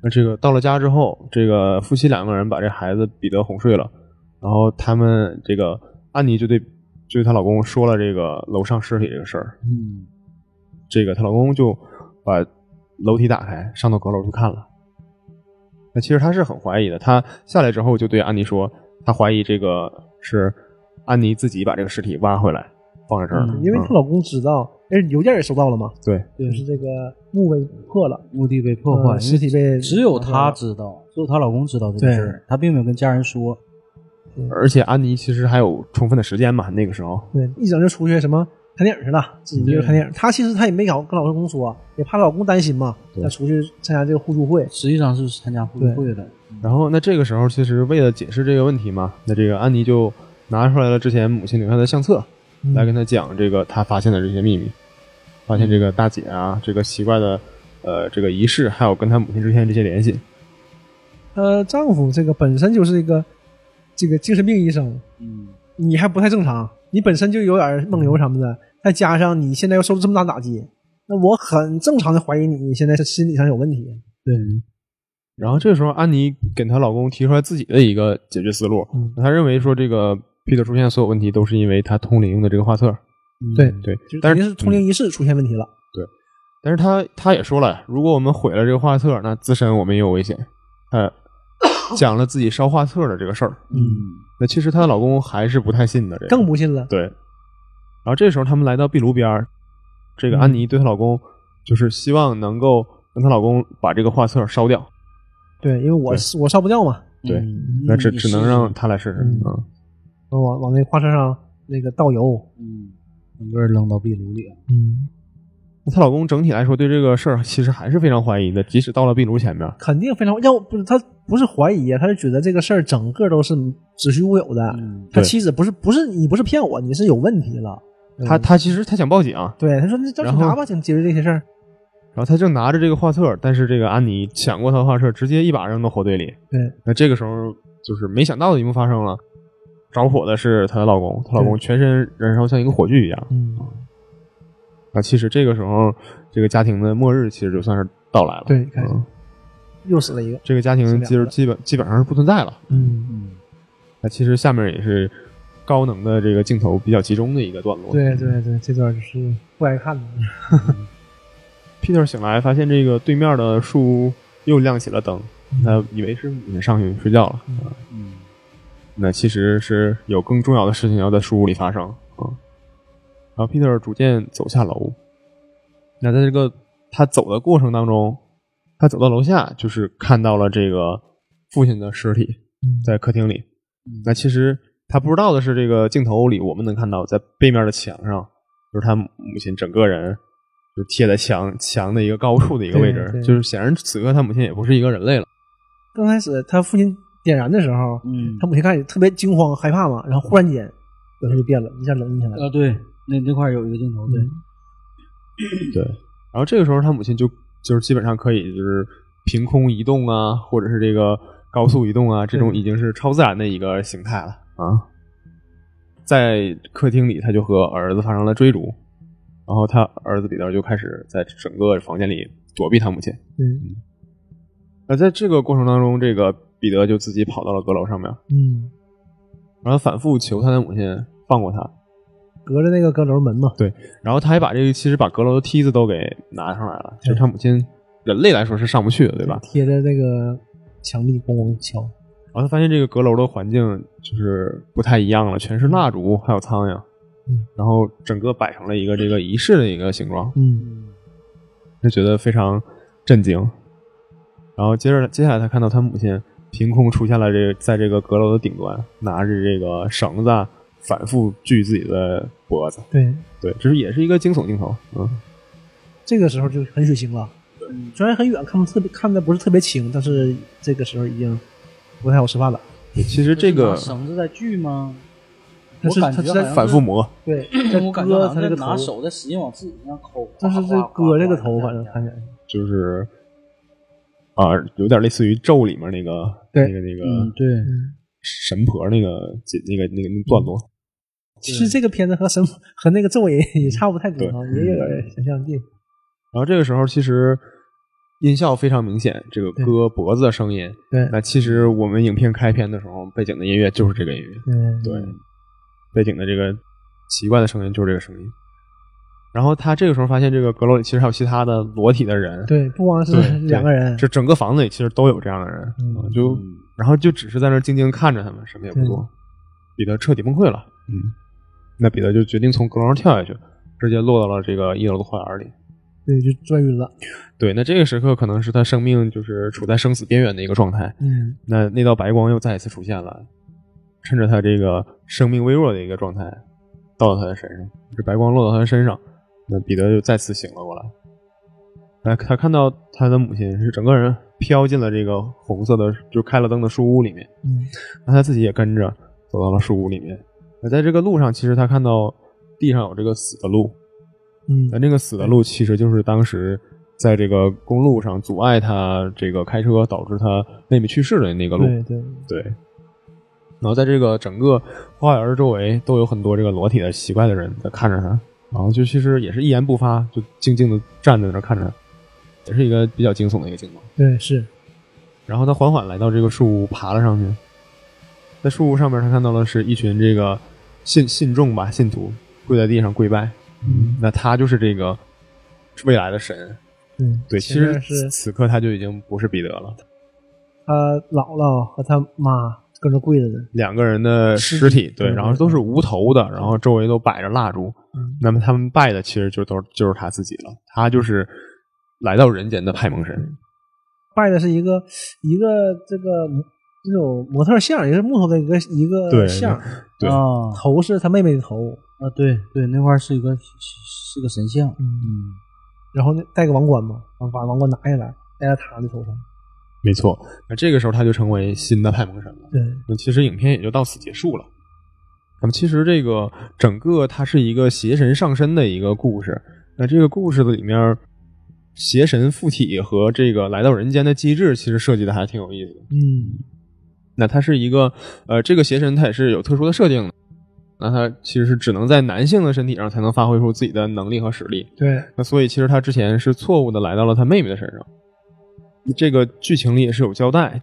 C: 那这个到了家之后，这个夫妻两个人把这孩子彼得哄睡了，然后他们这个安妮就对就对她老公说了这个楼上尸体这个事儿，
B: 嗯，
C: 这个她老公就把楼梯打开，上到阁楼去看了。那其实他是很怀疑的，他下来之后就对安妮说，他怀疑这个是安妮自己把这个尸体挖回来放在这儿的，
B: 嗯
A: 因为她老公知道，而且邮件也收到了嘛，
C: 对
A: 就是这个墓被破了，
B: 目的被破坏，
A: 呃尸体被
B: 只有她知道，只有她老公知道这个事儿，她并没有跟家人说。
C: 而且安妮其实还有充分的时间嘛，那个时候
A: 对，一整就出去什么看电影去了，自己一个人看电影。她其实她也没敢跟老公说，啊也怕老公担心嘛，
C: 对
A: 她出去参加这个互助会。
B: 实际上是参加互助会的，
C: 然后那这个时候，其实为了解释这个问题嘛，那这个安妮就拿出来了之前母亲留下的相册，
A: 嗯
C: 来跟他讲这个他发现的这些秘密，发现这个大姐啊，这个奇怪的呃这个仪式，还有跟他母亲之间的这些联系。
A: 呃，丈夫这个本身就是一个这个精神病医生，
B: 嗯，
A: 你还不太正常，你本身就有点梦游什么的，再加上你现在又受这么大打击，那我很正常的怀疑你现在是心理上有问题。
C: 对。然后这时候，安妮给她老公提出来自己的一个解决思路，
A: 嗯
C: 她认为说这个 Peter 出现的所有问题都是因为他通灵的这个画册。
A: 对
B: 嗯
C: 对
A: 就，
C: 但
A: 肯
C: 是嗯
A: 定是通灵仪式出现问题了。
C: 但是他他也说了，如果我们毁了这个画册，那自身我们也有危险。 呃，讲了自己烧画册的这个事儿，
B: 嗯，
C: 那其实她的老公还是不太信的，这个
A: 更不信了。
C: 对。然后这时候他们来到壁炉边儿，这个安
A: 嗯
C: 妮对她老公就是希望能够让她老公把这个画册烧掉，
A: 对，因为我我烧不掉嘛，
C: 对
B: 嗯
C: 那只
B: 你
C: 只能
B: 试试
C: 让她来试试
A: 嗯
C: 啊。
A: 我往往那花车上那个倒油。
B: 嗯，整个扔到壁炉里，
A: 嗯，
C: 那她老公整体来说对这个事儿其实还是非常怀疑的，即使到了壁炉前面，
A: 肯定非常要不是他不是怀疑，啊他是觉得这个事儿整个都是子虚乌有的。
B: 嗯
A: 他
C: 对
A: 妻子不是不是你不是骗我，你是有问题了。
C: 她
A: 嗯
C: 她其实她想报警，
A: 对他说那叫警察吧，请解决这些事儿。
C: 然后她正拿着这个画册，但是这个安妮抢过她的画册，直接一把扔到火堆里。
A: 对，
C: 那这个时候就是没想到的一幕发生了，着火的是她的老公，她老公全身燃烧像一个火炬一样。
A: 嗯，
C: 啊，其实这个时候，这个家庭的末日其实就算是到来了。
A: 对开始
C: 嗯
A: 又死了一个。
C: 这个家庭其
A: 是两
C: 实
A: 个
C: 基本基本上是不存在了。
A: 嗯，
B: 嗯，
C: 那其实下面也是高能的这个镜头比较集中的一个段落。
A: 对对对，这段就是不该看的。
C: ，Peter 醒来发现这个对面的树又亮起了灯，他以为是母亲上去睡觉了，啊
B: 嗯，
C: 那其实是有更重要的事情要在书屋里发生啊。然后 Peter 逐渐走下楼，那在这个他走的过程当中，他走到楼下就是看到了这个父亲的尸体
A: 嗯
C: 在客厅里。
B: 嗯
C: 那其实他不知道的是，这个镜头里我们能看到，在背面的墙上，就是他母亲整个人就贴在墙墙的一个高处的一个位置
A: 对，对
C: 就是显然此刻他母亲也不是一个人类了。
A: 刚开始他父亲点燃的时候，
B: 嗯
A: 他母亲开始特别惊慌害怕嘛，然后忽然间表情就变了，一下冷静下来了。
B: 啊，对，那那块儿有一个镜头，对，
C: 对，然后这个时候他母亲就就是基本上可以就是凭空移动啊，或者是这个高速移动啊，这种已经是超自然的一个形态了啊。在客厅里，他就和儿子发生了追逐，然后他儿子彼得就开始在整个房间里躲避他母亲。
A: 嗯
C: 那在这个过程当中，这个彼得就自己跑到了阁楼上面，
A: 嗯，
C: 然后反复求他的母亲放过他，
A: 隔着那个阁楼门嘛。
C: 然后他还把这个其实把阁楼的梯子都给拿上来了，就是他母亲人类来说是上不去的，对吧？
A: 贴着那个墙壁咣咣敲。
C: 然后他发现这个阁楼的环境就是不太一样了，全是蜡烛，还有苍蝇，
A: 嗯，
C: 然后整个摆成了一个这个仪式的一个形状，
A: 嗯
C: 就觉得非常震惊。然后接着接下来，他看到他母亲凭空出现了这在这个阁楼的顶端，拿着这个绳子啊反复锯自己的脖子，，
A: 对，
C: 对，这是也是一个惊悚镜头，嗯，
A: 这个时候就很血腥了。虽然很远，看不特别看的不是特别清，但是这个时候已经不太好吃饭了。
C: 其实这
B: 拿
C: 个
B: 绳子在锯吗？
A: 他是
B: 我感
A: 他是
B: 觉
A: 在
B: 好像
C: 反复磨，
A: 对，在
B: 但我感觉
A: 割
B: 好
A: 他
B: 像
A: 这
B: 在
A: 个
B: 拿
A: 头，
B: 手在使劲往自己身上抠，
A: 但是这割这个头，反正看起来
C: 就是啊，有点类似于咒里面那个
A: 对
C: 那个那个。
B: 嗯，对，
C: 神婆那个解那个那个那个段
A: 嗯
C: 落。
A: 其实这个片子和神和那个咒也也差不太多啊，
C: 嗯
A: 也有点想象地。
C: 然后这个时候其实音效非常明显，这个
A: 对
C: 割脖子的声音。
A: 对
C: 那其实我们影片开篇的时候，背景的音乐就是这个音乐，
A: 嗯，
C: 对，背景的这个奇怪的声音就是这个声音。然后他这个时候发现，这个阁楼里其实还有其他的裸体的人，
A: 对，不光是
C: 对，对
A: 两个人，
C: 这整个房子里其实都有这样的人，
A: 嗯
C: 啊就
B: 嗯
C: 然后就只是在那儿静静看着他们，什么也不做。彼得彻底崩溃了，嗯，那彼得就决定从阁楼上跳下去，直接落到了这个一楼的花园里。
A: 对，就转晕了。
C: 对，那这个时刻可能是他生命就是处在生死边缘的一个状态。
A: 嗯，
C: 那那道白光又再一次出现了，趁着他这个生命微弱的一个状态，到了他的身上，这白光落到他的身上，那彼得就再次醒了过来。哎，他看到他的母亲是整个人飘进了这个红色的，就开了灯的书屋里面。
A: 嗯，
C: 那他自己也跟着走到了书屋里面。那在这个路上，其实他看到地上有这个死的路，
A: 嗯
C: 那这个死的路其实就是当时在这个公路上阻碍他这个开车，导致他妹妹去世的那个路。
A: 对对，
C: 对。然后在这个整个花园周围都有很多这个裸体的奇怪的人在看着他，然后就其实也是一言不发，就静静的站在那儿看着他，也是一个比较惊悚的一个景况。
A: 对是，
C: 然后他缓缓来到这个树屋，爬了上去，在树屋上面，他看到的是一群这个信信众吧，信徒跪在地上跪拜，
A: 嗯
C: 那他就是这个未来的神。
A: 对
C: 对，其
A: 前
C: 实
A: 面是
C: 此刻他就已经不是彼得了，
A: 他姥姥和他妈跟着跪着呢，
C: 两个人的尸体，对，
A: 嗯
C: 然后都是无头的，然后周围都摆着蜡烛，
A: 嗯
C: 那么他们拜的其实就都就是他自己了，他就是来到人间的派蒙神，
A: 拜的是一个一个这个那种模特像，一个木头的一个一
C: 对
A: 个像，
C: 对
B: 啊
A: 头是他妹妹的头，
B: 啊，对对，那块儿是一个是是个神像，
A: 嗯，然后呢戴个王冠嘛，把把王冠拿下来戴在他的头上，
C: 没错。那这个时候他就成为新的派蒙神了。
A: 对，
C: 那其实影片也就到此结束了。那么其实这个整个它是一个邪神上身的一个故事。那这个故事的里面，邪神附体和这个来到人间的机制，其实设计的还挺有意思的。
A: 嗯
C: 那它是一个呃，这个邪神它也是有特殊的设定的。那它其实是只能在男性的身体上才能发挥出自己的能力和实力。
A: 对，
C: 那所以其实他之前是错误的来到了他妹妹的身上。这个剧情里也是有交代，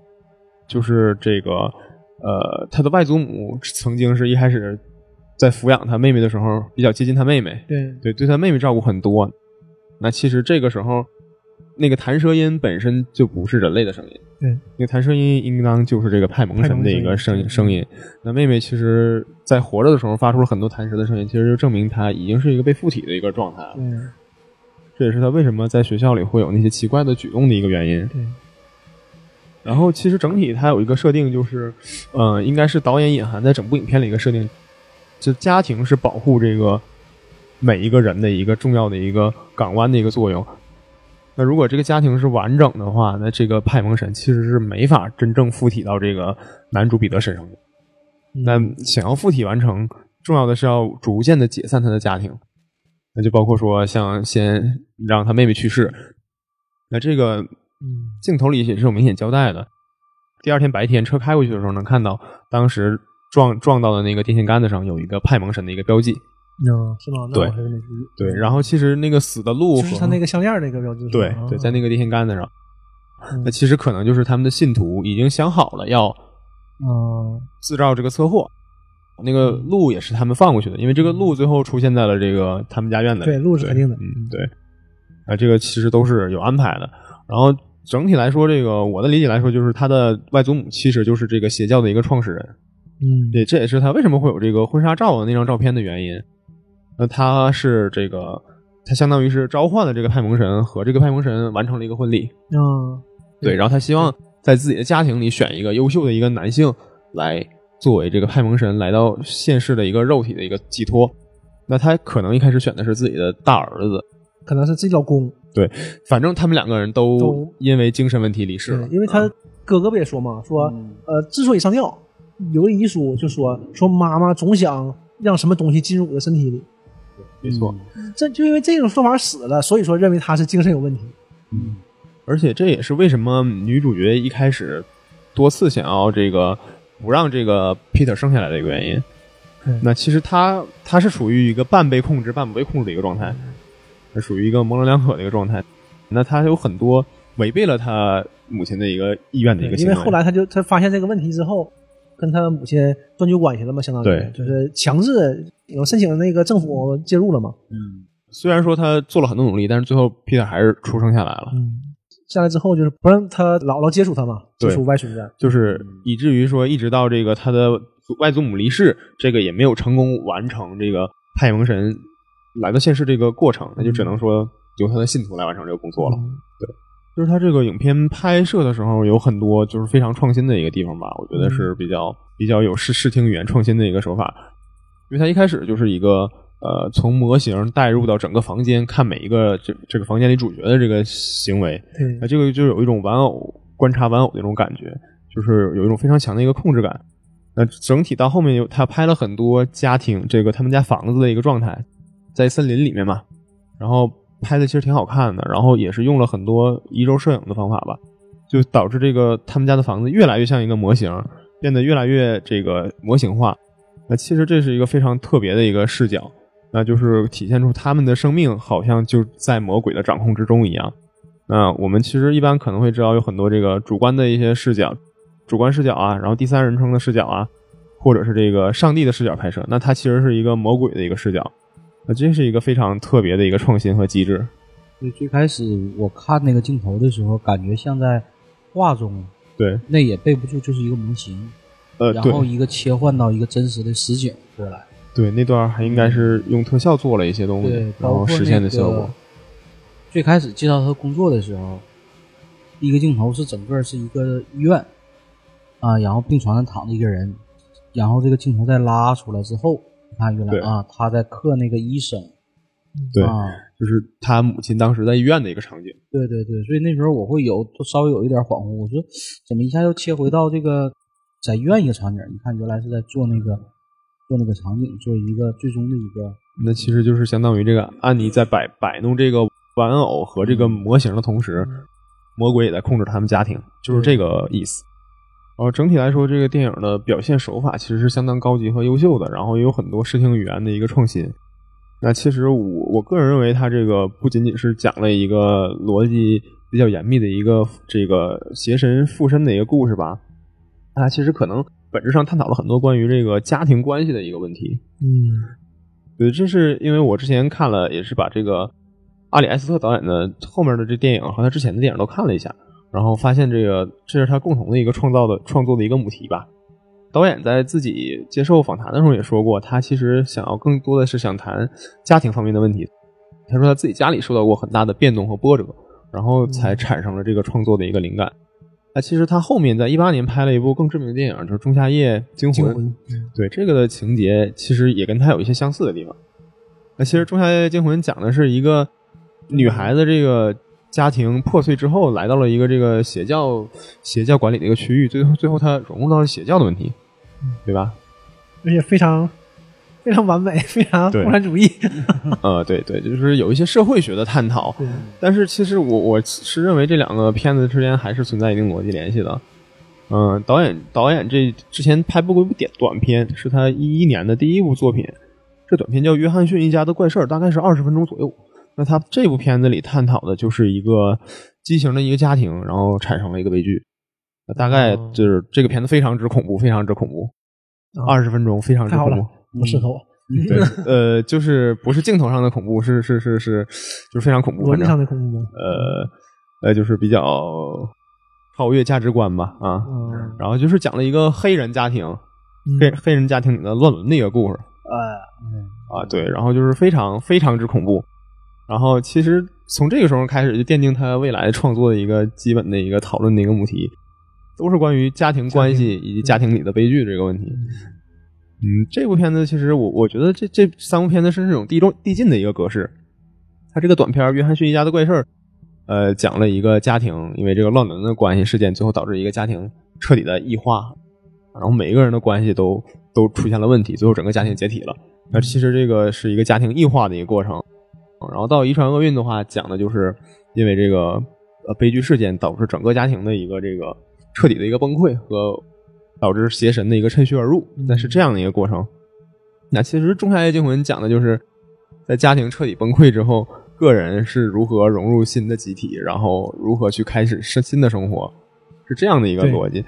C: 就是这个呃，他的外祖母曾经是一开始在抚养他妹妹的时候比较接近他妹妹，
A: 对，
C: 对对他妹妹照顾很多。那其实这个时候，那个弹舌音本身就不是人类的声音，
A: 对，
C: 那弹舌音应当就是这个派蒙神的一个声
A: 派蒙神
C: 声音。那妹妹其实在活着的时候发出了很多弹舌的声音，其实就证明她已经是一个被附体的一个状态了。
A: 对
C: 这也是他为什么在学校里会有那些奇怪的举动的一个原因。
A: 对，
C: 然后其实整体它有一个设定，就是，呃，应该是导演隐含在整部影片里一个设定，就家庭是保护这个每一个人的一个重要的一个港湾的一个作用。那如果这个家庭是完整的话，那这个派蒙神其实是没法真正附体到这个男主彼得身上的。那想要附体完成，重要的是要逐渐的解散他的家庭，那就包括说像先让他妹妹去世，那这个
A: 嗯
C: 镜头里也是有明显交代的。第二天白天车开过去的时候，能看到当时撞撞到的那个电线杆子上有一个派蒙神的一个标记。
A: 那嗯是吗？那
C: 对
A: 我还是没注意，
C: 对，然后其实那个死的路
A: 就是
C: 和
A: 他那个项链那个标志，
C: 对对，在那
A: 个
C: 个电线杆子上，
A: 嗯
C: 那其实可能就是他们的信徒已经想好了要
A: 啊，
C: 自造这个车祸。那个
A: 嗯
C: 路也是他们放过去的，因为这个路最后出现在了这个他们家院子里。
A: 对路是肯定的，
C: 嗯，对，啊，这个其实都是有安排的。然后整体来说，这个我的理解来说，就是他的外祖母其实就是这个邪教的一个创始人，
A: 嗯
C: 对，这也是他为什么会有这个婚纱照的那张照片的原因。那他是这个，他相当于是召唤了这个派蒙神和这个派蒙神完成了一个婚礼，
A: 啊，
C: 对，然后他希望在自己的家庭里选一个优秀的一个男性来作为这个派蒙神来到现世的一个肉体的一个寄托。那他可能一开始选的是自己的大儿子，
A: 可能是自己老公，
C: 反正他们两个人都
A: 都
C: 因为精神问题离世了啊嗯
A: 对，因为他哥哥不也说嘛，说呃，之所以上吊，有个遗书就说说妈妈总想让什么东西进入我的身体里，
C: 没错。
A: 这就因为这种说法死了，所以说认为他是精神有问题。
B: 嗯
C: 而且这也是为什么女主角一开始多次想要这个不让这个 Peter 生下来的一个原因
A: 嗯。
C: 那其实她她是属于一个半被控制、半不被控制的一个状态，
A: 嗯
C: 是属于一个模棱两可的一个状态。那她有很多违背了她母亲的一个意愿的一个
A: 因
C: 行
A: 为
C: 为。
A: 后来他就他发现这个问题之后，跟他母亲断绝关系了嘛，相当于
C: 对
A: 就是强制有申请那个政府介入了嘛。
B: 嗯，
C: 虽然说她做了很多努力，但是最后 Peter 还是出生下来了。
A: 嗯，下来之后就是不让他姥姥接触他嘛，
C: 对
A: 接触外孙子。
C: 就是以至于说一直到这个他的祖外祖母离世，这个也没有成功完成这个太阳神来到现世这个过程，那就只能说由他的信徒来完成这个工作了。
A: 嗯
C: 就是他这个影片拍摄的时候有很多就是非常创新的一个地方吧，我觉得是比较比较有视视听语言创新的一个手法。因为它一开始就是一个呃从模型带入到整个房间，看每一个这这个房间里主角的这个行为，
A: 对
C: 啊，这个就有一种玩偶观察玩偶的一种感觉，就是有一种非常强的一个控制感。那整体到后面有他拍了很多家庭，这个他们家房子的一个状态，在森林里面嘛，然后拍的其实挺好看的，然后也是用了很多移轴摄影的方法吧，就导致这个他们家的房子越来越像一个模型，变得越来越这个模型化。那其实这是一个非常特别的一个视角，那就是体现出他们的生命好像就在魔鬼的掌控之中一样。那我们其实一般可能会知道有很多这个主观的一些视角，主观视角啊，然后第三人称的视角啊，或者是这个上帝的视角拍摄，那它其实是一个魔鬼的一个视角，那这是一个非常特别的一个创新和机制。
B: 对，最开始我看那个镜头的时候，感觉像在画中，
C: 对，
B: 那也背不住，就是一个模型，
C: 呃，
B: 然
C: 对
B: 后一个切换到一个真实的实景过来，
C: 对，那段还应该是用特效做了一些东西，嗯
B: 对，
C: 然
B: 包
C: 后
B: 括
C: 实
B: 那
C: 现的
B: 个
C: 效果。
B: 最开始介绍他工作的时候，第一个镜头是整个是一个医院啊，然后病床上躺着一个人，然后这个镜头再拉出来之后，你看原
C: 对
B: 来啊，他在克那个医生，
C: 对，
B: 啊，
C: 就是他母亲当时在医院的一个场景。
B: 对对对，所以那时候我会有稍微有一点恍惚，我说怎么一下又切回到这个在医院一个场景？你看原来是在做那个做那个场景，做一个最终的一个
C: 那其实就是相当于这个安妮在摆摆弄这个玩偶和这个模型的同时，魔鬼也在控制他们家庭，就是这个意思。然后整体来说，这个电影的表现手法其实是相当高级和优秀的，然后也有很多视听语言的一个创新。那其实我我个人认为，它这个不仅仅是讲了一个逻辑比较严密的一个这个邪神附身的一个故事吧，它其实可能本质上探讨了很多关于这个家庭关系的一个问题。
A: 嗯，
C: 对，这是因为我之前看了，也是把这个阿里埃斯特导演的后面的这电影和他之前的电影都看了一下，然后发现这个这是他共同的一个创造的创作的一个母题吧。导演在自己接受访谈的时候也说过，他其实想要更多的是想谈家庭方面的问题。他说他自己家里受到过很大的变动和波折，然后才产生了这个创作的一个灵感。那其实他后面在一八年拍了一部更知名的电影，就是《仲夏夜惊
A: 惊
C: 魂》。
A: 魂，
C: 对这个的情节，其实也跟它有一些相似的地方。那其实《仲夏夜惊魂》讲的是一个女孩子这个家庭破碎之后，来到了一个这个邪教邪教管理的一个区域，最后最后她融入到了邪教的问题，对吧？
A: 而且非常非常完美，非常
C: 对
A: 共产主义。
C: 呃，对对，就是有一些社会学的探讨。
A: 对，
C: 但是其实我我是认为这两个片子之间还是存在一定逻辑联系的。嗯、导演导演这之前拍过一部短短片，是他一一年的第一部作品，这短片叫《约翰逊一家的怪事儿》，大概是二十分钟左右。那他这部片子里探讨的就是一个畸形的一个家庭，然后产生了一个悲剧。那大概
A: 哦
C: 就是这个片子非常之恐怖，非常之恐怖，二十分钟非常之
A: 太好
C: 恐怖
A: 了。，不适合我。
C: 对，呃，就是不是镜头上的恐怖，是是是是，就是非常恐怖，
A: 逻
C: 嗯反
A: 辑
C: 正
A: 上的恐怖吗？
C: 呃呃，就是比较超越价值观吧啊。
A: 嗯，
C: 然后就是讲了一个黑人家庭，黑黑人家庭里的乱伦的一个故事
A: 呃，
C: 啊，对，然后就是非常非常之恐怖。然后其实从这个时候开始，就奠定他未来创作的一个基本的一个讨论的一个母题，都是关于家庭关系以及家庭里的悲剧这个问题。嗯，这部片子其实我我觉得这这三部片子是那种递中递进的一个格式。它这个短片儿《约翰逊一家的怪事儿》，呃，讲了一个家庭因为这个乱伦的关系事件，最后导致一个家庭彻底的异化，然后每一个人的关系都都出现了问题，最后整个家庭解体了。那其实这个是一个家庭异化的一个过程。然后到遗传厄运的话，讲的就是因为这个呃悲剧事件导致整个家庭的一个这个彻底的一个崩溃和导致邪神的一个趁虚而入，那是这样的一个过程。那其实《仲夏夜惊魂》讲的就是在家庭彻底崩溃之后，个人是如何融入新的集体，然后如何去开始是新的生活，是这样的一个
A: 对
C: 逻辑。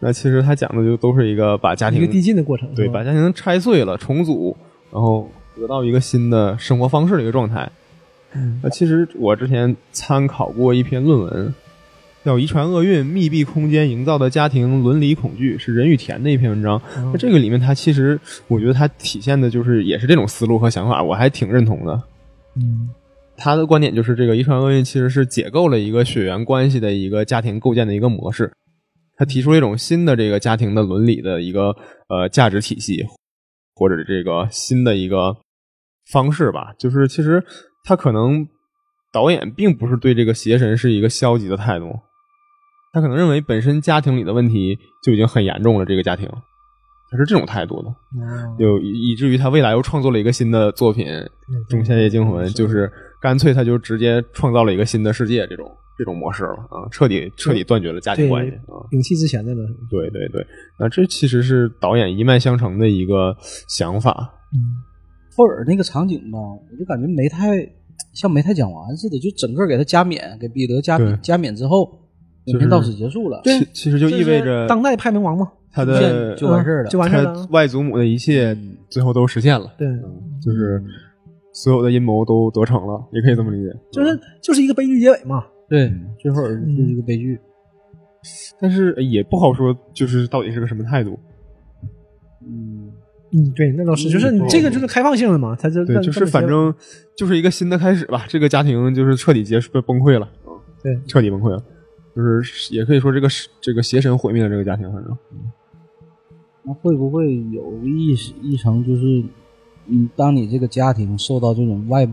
C: 那其实他讲的就都是一个把家
A: 一
C: 庭
A: 个递进的过程。
C: 对，
A: 是吧
C: 把家庭拆碎了，重组，然后得到一个新的生活方式的一个状态。那其实我之前参考过一篇论文，叫《遗传厄运：密闭空间营造的家庭伦理恐惧》，是任玉田的一篇文章。那这个里面，它其实我觉得它体现的就是也是这种思路和想法，我还挺认同的。
A: 嗯
C: 他的观点就是，这个遗传厄运其实是解构了一个血缘关系的一个家庭构建的一个模式。他提出了一种新的这个家庭的伦理的一个呃价值体系，或者这个新的一个方式吧。就是其实他可能导演并不是对这个邪神是一个消极的态度，他可能认为本身家庭里的问题就已经很严重了，这个家庭他是这种态度的，
A: 哦
C: 就以以至于他未来又创作了一个新的作品《中线夜惊
A: 嗯
C: 魂》，就是干脆他就直接创造了一个新的世界这种。这种模式了啊，彻底彻底断绝了家庭
A: 对
C: 关系啊！
A: 摒弃之前的了。
C: 对对对，那这其实是导演一脉相承的一个想法。
B: 霍尔那个场景吧，我就感觉没太像没太讲完似的，就整个给他加冕，给彼得加
C: 对
B: 加冕之后，影
C: 就是
B: 片到此结束了。
A: 对
C: 其其实就意味
A: 这
C: 着
A: 是当代派门王嘛，
C: 他
B: 出
C: 的嗯
B: 现就完事儿了
A: 就完事儿了嗯
C: 他。外祖母的一切最后都实现了，
A: 对，
C: 就是所有的阴谋都得逞了，也可以这么理解。
A: 就是就是一个悲剧结尾嘛。
B: 对，
C: 嗯
B: 最后就是一个悲剧。
C: 但是也不好说，就是到底是个什么态度。
B: 嗯，
A: 嗯，对，那倒是，就是你
C: 对
A: 这个就是开放性的嘛，它就
C: 哦对，
A: 让
C: 就是
A: 这么
C: 反
A: 结
C: 正就是一个新的开始吧。这个家庭就是彻底结束崩溃了，
A: 对，
C: 彻底崩溃了。就是也可以说这个是这个邪神毁灭了这个家庭，反正
B: 那会不会有一一层就是，嗯，当你这个家庭受到这种外部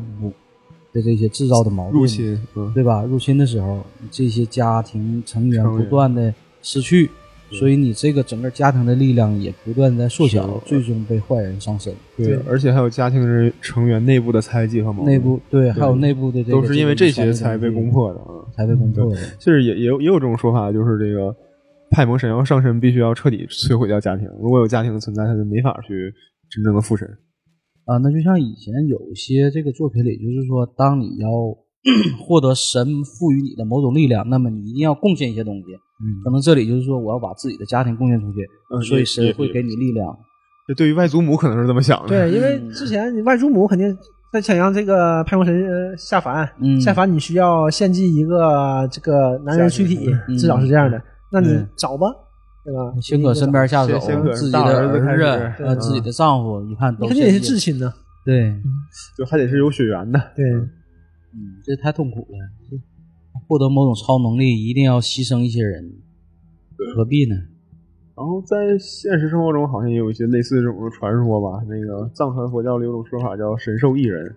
B: 的这些制造的矛
C: 入
B: 盾，
C: 侵，嗯，
B: 对吧？入侵的时候，这些家庭成员
C: 成
B: 不
C: 员
B: 断的失去，所以你这个整个家庭的力量也不断地在缩
C: 小
B: 小
C: 了，
B: 最终被坏人上身。
C: 对，而且还有家庭人成员内部的猜忌和矛盾，
B: 内部对，还有内部的这
C: 嗯
B: 个
C: 都是因为这些
B: 个嗯
C: 才被攻破的啊。
B: 才被攻破的。
C: 其实也也有也有这种说法，就是这个派蒙神要上身，必须要彻底摧毁掉家庭。如果有家庭的存在，他就没法去真正的复神。
B: 啊，那就像以前有些这个作品里，就是说，当你要 获得神赋予你的某种力量，那么你一定要贡献一些东西。可
C: 嗯，
B: 能这里就是说，我要把自己的家庭贡献出去，
C: 嗯
B: 所
C: 也
B: 以神
C: 也
B: 会
C: 也
B: 给你力量。
C: 这对于外祖母可能是这么想的。
A: 对，因
C: 嗯
A: 为之前你外祖母肯定他想让这个派蒙神呃下凡，
B: 嗯
A: 下凡你需要献祭一个这个男人躯体
B: 嗯，
A: 至少是这样的。那你
B: 对
C: 嗯
A: 找吧，对吧？
B: 先搁身边下手，
C: 先先搁
B: 自己
C: 大
B: 的
C: 儿子开始嗯
B: 儿子，呃，
A: 对
B: 自己的丈夫，一看
A: 你
B: 都
A: 肯定也是嗯
B: 先
A: 至亲呢。
B: 对，
C: 就还得是有血缘的。
A: 对，
B: 嗯，这太痛苦了。获得某种超能力，一定要牺牲一些人，何必呢？
C: 然后在现实生活中，好像也有一些类似这种的传说吧。那个藏传佛教里有种说法叫“神授一人”，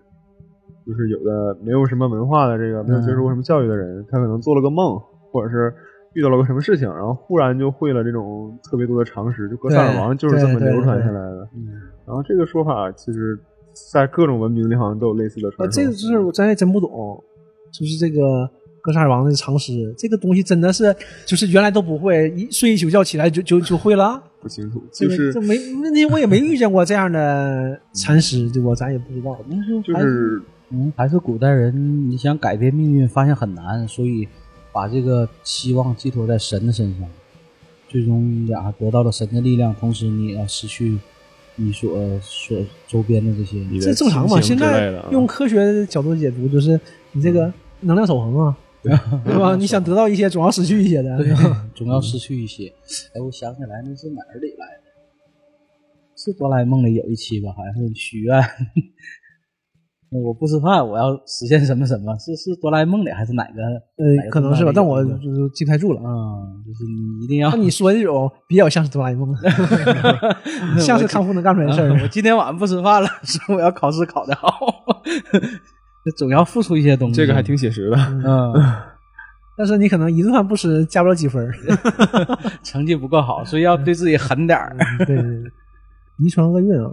C: 就是有的没有什么文化的这个没有接受过什么
A: 嗯
C: 教育的人，他可能做了个梦，或者是遇到了个什么事情，然后忽然就会了这种特别多的常识，就格萨尔王就是这么流传下来的。然后这个说法其实，在各种文明里好像都有类似的
A: 啊，
C: 传说。
A: 这个就是我咱也真不懂，就是这个格萨尔王的常识，这个东西真的是就是原来都不会，一睡一宿觉起来就就就会了。
C: 不清楚，
A: 这
C: 就
A: 个
C: 是
A: 这没问题，我也没遇见过这样的禅师，对吧？咱也不知道。
B: 但是
C: 就
B: 还
C: 是
B: 嗯，还是古代人，你想改变命运，发现很难，所以把这个希望寄托在神的身上，最终俩得到了神的力量，同时你也要失去你所所周边的这些。
C: 你的
A: 这正常嘛？现
C: 亲情之类
A: 在
C: 的啊嗯
A: 用科学的角度解读，就是你这个能量守恒 啊，对吧？你想得到一些，总要失去一些的。
B: 对， 总要失去一些。哎，我想起来，那是哪儿里来的？是哆啦 A 梦里有一期吧？好像是许愿， 我不吃饭，我要实现什么什么？是是哆啦 A 梦里还是哪个？哪
A: 呃，
B: 个
A: 可能是吧，但
B: 动
A: 我
B: 漫里有这个
A: 就是记不太住了。啊
B: 嗯，就是你一定要
A: 那你说的这种比较像是哆啦 A 梦， 像是康复能干出来的事
B: 啊 我
A: 儿。
B: 今天晚上不吃饭了， 说我要考试考得好， 总要付出一些东西。
C: 这个还挺写实的。
B: 嗯，
A: 但是你可能一顿饭不吃，加不了几分儿。
B: 成绩不够好，所以要对自己狠点儿。
A: 对对对，遗传厄运啊，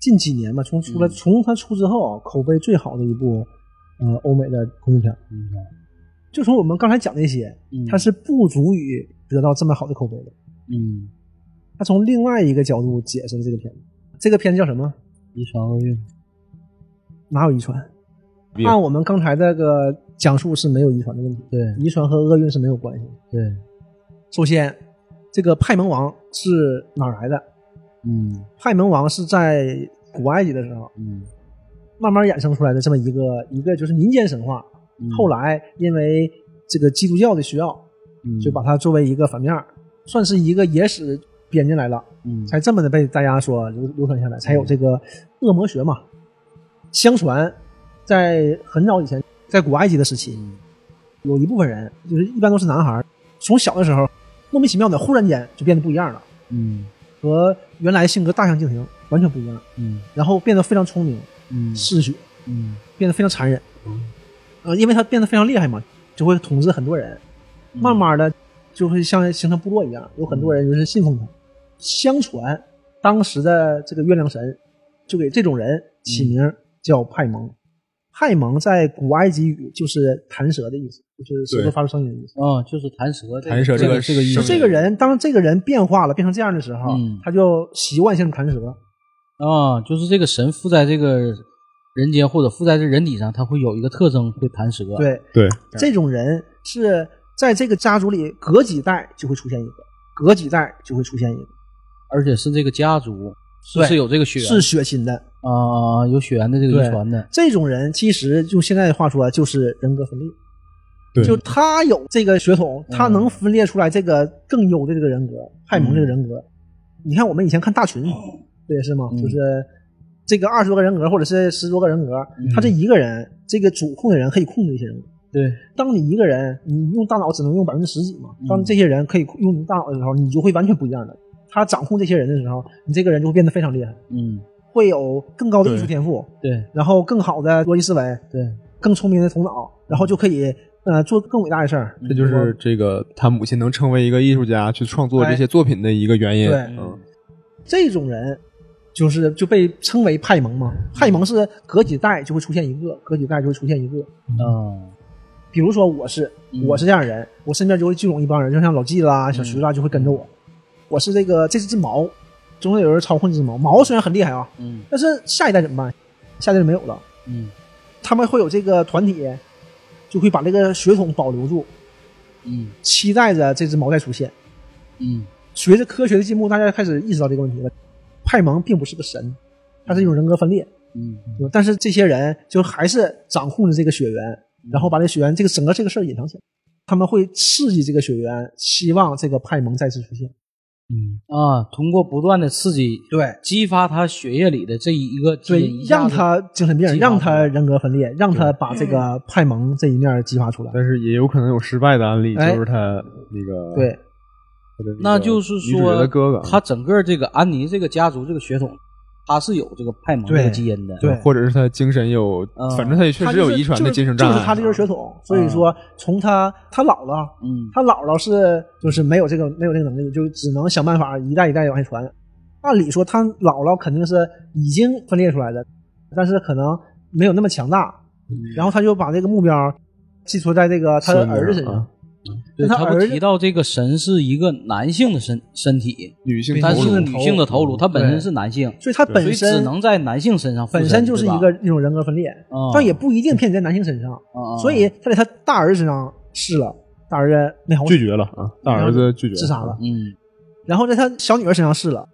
A: 近几年吧，从出来、
B: 嗯
A: 从它出之后啊，口碑最好的一部呃欧美的恐怖片儿，就从我们刚才讲那些，
B: 嗯
A: 它是不足以得到这么好的口碑的。
B: 嗯，
A: 它从另外一个角度解释了这个片子，这个片子叫什么？
B: 遗传厄运，
A: 哪有遗传？
C: 别
A: 按我们刚才这个讲述是没有遗传的问题，
B: 对
A: 遗传和厄运是没有关系的。
B: 对，
A: 首先，这个派蒙王是哪儿来的？
B: 嗯
A: 派蒙王是在古埃及的时候，
B: 嗯
A: 慢慢衍生出来的这么一个一个就是民间神话。
B: 嗯
A: 后来因为这个基督教的需要，就把它作为一个反面儿，算是一个野史编进来了，
B: 嗯
A: 才这么的被大家所流流传下来，才有这个恶魔学嘛。相传，在很早以前，在古埃及的时期，
B: 嗯
A: 有一部分人就是一般都是男孩儿，从小的时候莫名其妙的忽然间就变得不一样了。
B: 嗯
A: 和原来性格大相径庭，完全不一样。
B: 嗯
A: 然后变得非常聪明、
B: 嗯
A: 嗜血，
B: 嗯
A: 变得非常残忍。呃，因为他变得非常厉害嘛，就会统治很多人。慢慢的就会像形成部落一样，有很多人就是信奉他。相传当时的这个月亮神就给这种人起名叫派蒙。派蒙在古埃及语就是弹舌的意思，就是舌头
C: 对
A: 发出声音的意思。
B: 啊，就是弹舌这个，
C: 弹舌
B: 这
C: 这
B: 个
C: 个
B: 这个意思
A: 就这个人，当这个人变化了，变成这样的时候，
B: 嗯
A: 他就习惯性弹舌。
B: 啊，就是这个神附在这个人间或者附在这人体上，它会有一个特征，会弹舌。，
A: 对，
C: 对，
A: 这种人是在这个家族里隔几代就会出现一个，隔几代就会出现一个，
B: 而且是这个家族是
A: 对
B: 是有这个血缘
A: 是血亲的。
B: 啊，有血缘的这个
A: 对
B: 遗传的。
A: 这种人其实用现在的话说啊，就是人格分裂。
C: 对
A: 就他有这个血统，他能分裂出来这个更优的这个人格，派蒙这个人格。你看我们以前看大群，不也是吗？
B: 嗯
A: 就是这个二十多个人格，或者是十多个人格，他这一个人，这个主控的人可以控制这些人格。
B: 对，
A: 当你一个人，你用大脑只能用百分之十几嘛
B: 嗯。
A: 当这些人可以用你大脑的时候，你就会完全不一样的。他掌控这些人的时候，你这个人就会变得非常厉害，
B: 嗯，
A: 会有更高的艺术
C: 对
A: 天赋，
B: 对
A: 然后更好的逻辑思维，
B: 对，
A: 更聪明的头脑，然后就可以呃做更伟大的事儿。
B: 嗯
C: 这就是这个他母亲能成为一个艺术家去创作这些作品的一个原因。
A: 对
C: 嗯，
A: 这种人就是就被称为派蒙嘛。派
B: 嗯
A: 蒙是隔几代就会出现一个，隔几代就会出现一个。
B: 啊，
A: 比如说我是
B: 嗯
A: 我是这样人，我身边就会聚拢一帮人，就像老纪啦、小徐啦就会跟着我。我是这个这是只毛，总得有人操控这只毛。毛虽然很厉害啊，
B: 嗯
A: 但是下一代怎么办？下一代就没有了，
B: 嗯
A: 他们会有这个团体，就会把这个血统保留住，
B: 嗯
A: 期待着这只毛再出现。
B: 嗯
A: 随着科学的进步，大家开始意识到这个问题了。派蒙并不是个神，他是一种人格分裂，
B: 嗯
A: 对吧但是这些人就还是掌控着这个血缘，
C: 嗯
A: 然后把这血缘这个整个这个事儿隐藏起来。他们会刺激这个血缘，希望这个派蒙再次出现。
B: 嗯啊，通过不断的刺激，
A: 对
B: 激发他血液里的这一个基因
A: 对
B: 一，下
A: 让
B: 子
A: 他精神病
B: 激，发
A: 让
B: 出
A: 他
B: 来
A: 人格分裂，让他把这个派蒙这一面激发出来。
C: 但是也有可能有失败的案例，
A: 哎
C: 就是他那个
A: 对，
C: 他的个
B: 那就是
C: 女主角
B: 说，
C: 的哥啊哥，
B: 他整个这个安妮这个家族这个血统，他是有这个派蒙这个基因的。啊
A: 对
C: 或者是他精神有
B: 嗯，
C: 反正他也确
A: 他
C: 实
A: 就
C: 有
A: 是
C: 遗传
A: 就
C: 的
A: 是
C: 精神障碍，啊嗯
A: 就是他这根血
C: 统。
A: 统。所以说，从他他姥姥
B: 嗯
A: 他姥姥是就是没有这个没有这个能力，就只能想办法一代一代往下传。按理说他姥姥肯定是已经分裂出来的，但是可能没有那么强大。
B: 嗯
A: 然后他就把这个目标寄托在这个他的
C: 孙女
A: 儿子身上
C: 啊。
B: 对，
A: 那
B: 他
A: 他
B: 不
A: 儿
B: 提
A: 子
B: 到这个神是一个男性的身身体，
C: 女性
B: 但
C: 头
B: 是
C: 颅
B: 女性的头颅，它本身是男性，
A: 所以他
B: 所
A: 本
B: 以只
A: 身
B: 能在男性身上附身。
A: 本身就是一个
B: 对吧，
A: 一种人格分裂
B: 哦，
A: 但也不一定偏离在男性身上。
B: 嗯嗯
A: 所以他在他大儿子身上试了，大儿子没好使
C: 拒绝了啊，大儿子拒绝
A: 自杀了。
B: 嗯
A: 然后在他小女儿身上试了，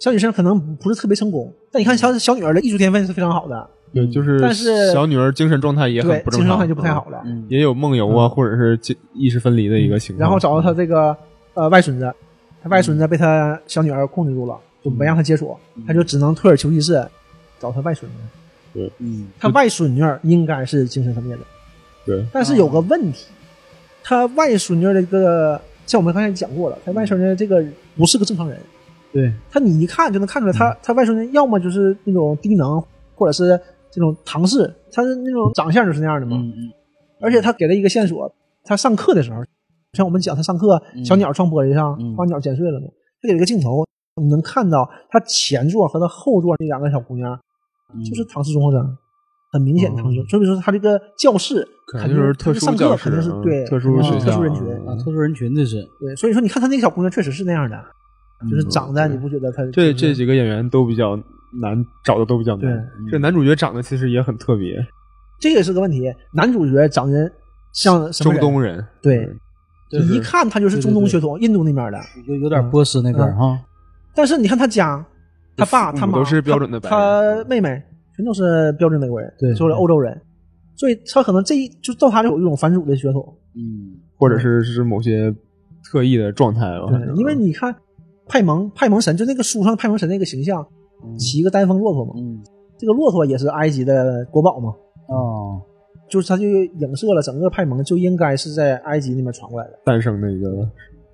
A: 小女儿身上可能不是特别成功，但你看小小女儿的艺术天分是非常好的，
C: 对，就是
A: 嗯但是
C: 小女儿精神状态也很
A: 对
C: 不，正
A: 精神
C: 常，
A: 状态就不太好
C: 嗯
A: 了。
B: 嗯
C: 也有梦游啊，或者是精意识分离的一个情况。
A: 嗯然后找到他这个呃外孙子，他外
C: 嗯
A: 孙子被他小女儿控制住了，就没让他接触，他就只能退而求其次，找他外孙女。
B: 嗯
A: 他外孙女儿应该是精神分裂的，
C: 对，
A: 但是有个问题，他外孙女儿的这个，像我们刚才讲过了，他外孙女儿这个不是个正常人。
B: 对，
A: 他你一看就能看出来他，他外孙女要么就是那种低能，或者是这种唐氏，他是那种长相就是那样的嘛。
B: 嗯嗯
A: 而且他给了一个线索，他上课的时候，像我们讲他上课
B: 嗯
A: 小鸟撞玻璃上
B: 嗯，
A: 把鸟剪碎了嘛。他给了一个镜头，你能看到他前座和他后座那两个小姑娘，
B: 嗯，
A: 就是唐氏综合征，很明显的唐氏
C: 哦。
A: 所以说他这个教室
C: 可
A: 肯
C: 能
A: 定
C: 就是
A: 他
C: 特
A: 这
C: 殊
A: 上课
C: 教室
A: 肯定是
C: 嗯
A: 对
C: 特殊
A: 肯定
B: 学
A: 是特
B: 校
A: 殊人群。
C: 嗯
B: 啊，特殊人群这是，
A: 对，所以说你看他那个小姑娘确实是那样的，就是长得你不觉得他
C: 这
A: 就是
C: 嗯这几个演员都比较难找的，都比较
A: 对
C: 难。这男主角长得其实也很特别，
A: 这也是个问题。男主角长得像什么
C: 中
A: 人？
C: 东嗯人，
A: 对，
B: 就是
A: 你一看他就是中东血统，印度那边的。
B: 有有
A: 嗯
B: 点波斯那边儿哈，
A: 但是你看他家，他爸、
C: 父母
A: 他妈
C: 都是标准的白人
A: 他他妹妹全都是标准美国人，
B: 对
A: 所有的欧洲人，所以他可能这一就到他有一种反祖的血统。
B: 嗯
C: 或者是是某些特异的状态吧。反正
A: 对，因为你看派蒙派蒙神，就那个书上派蒙神那个形象，骑一个单峰骆驼嘛，
B: 嗯
A: 这个骆驼也是埃及的国宝嘛。
B: 哦，
A: 就是他就影射了整个派蒙就应该是在埃及那边传过来的，
C: 诞生的一个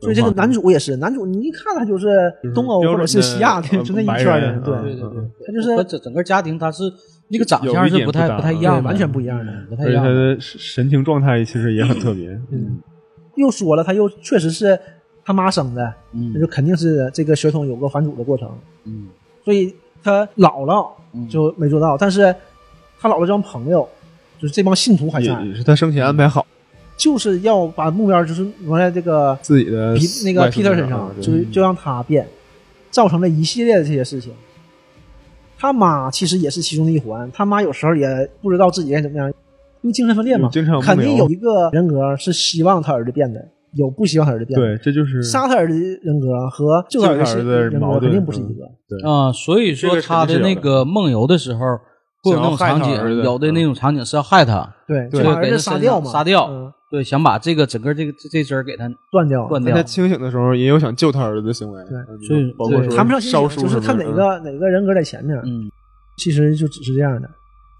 A: 所以这个男主也是，男主你一看他就是东欧
C: 标
A: 或
C: 准
A: 者是
C: 的
A: 西亚的，
C: 呃
A: 就那一
C: 白
A: 圈儿的，
C: 人啊
A: 对
B: 对对对，
A: 他就是
B: 和整整个家庭他是那个长
C: 有
B: 相
C: 一
B: 是
C: 点
B: 不太
C: 不搭
B: 不太一
C: 对
B: 样的，
A: 完全不一样的。
B: 不太
C: 而
B: 一
C: 且
B: 样
C: 他
B: 的。
C: 的神神情状态其实也很特别。
A: 嗯，又说了，他又确实是他妈生的，
B: 嗯
A: 那就肯定是这个血统有个反祖的过程，
B: 嗯
A: 所以他姥姥
B: 嗯
A: 就没做到，但是他姥姥这帮朋友，就是这帮信徒还
C: 也
A: 在，
C: 也是他生前安排好
A: 就是要把目标就是挪在这个
C: 自己的
A: 皮那个
C: 呃外孙
A: Peter 身
C: 上啊
A: 上，
C: 对
A: 就就让他变，造成了一系列的这些事情。他妈其实也是其中的一环，他妈有时候也不知道自己该怎么样，因为精神分裂嘛，
C: 嗯经常有
A: 肯定
C: 梦游
A: 有一个人格是希望他儿子变的，有不希望他儿子变的。
C: 对，这就是
A: 杀他儿子的人格和救他儿子
C: 救他儿子
A: 人
C: 矛
A: 格
C: 盾嗯
A: 肯定不是一个。
B: 啊，所以
C: 这
B: 说
C: 个
B: 他
C: 肯定是
B: 的
C: 有
B: 那
C: 的
B: 个梦游的时候会有那种
C: 想要害
B: 场
C: 他儿
B: 景，
C: 子
B: 有的那
C: 嗯
B: 种场景是要害他，
A: 对，
C: 对
A: 就把
B: 给
A: 儿
B: 他
A: 子杀
B: 身上
A: 掉嘛，
B: 杀掉
A: 嗯
B: 对，想把这个整个这个这这支儿给他
A: 断掉，
B: 断
C: 在
B: 掉
C: 他清醒的时候也有想救他儿子的行为，嗯
B: 所以
C: 包括
B: 对
C: 说
A: 谈不上信
C: 烧
A: 任
C: 书
A: 就是
C: 什么
A: 看哪
C: 的
A: 个哪个人格在前面。
B: 嗯，
A: 其实就只是这样的。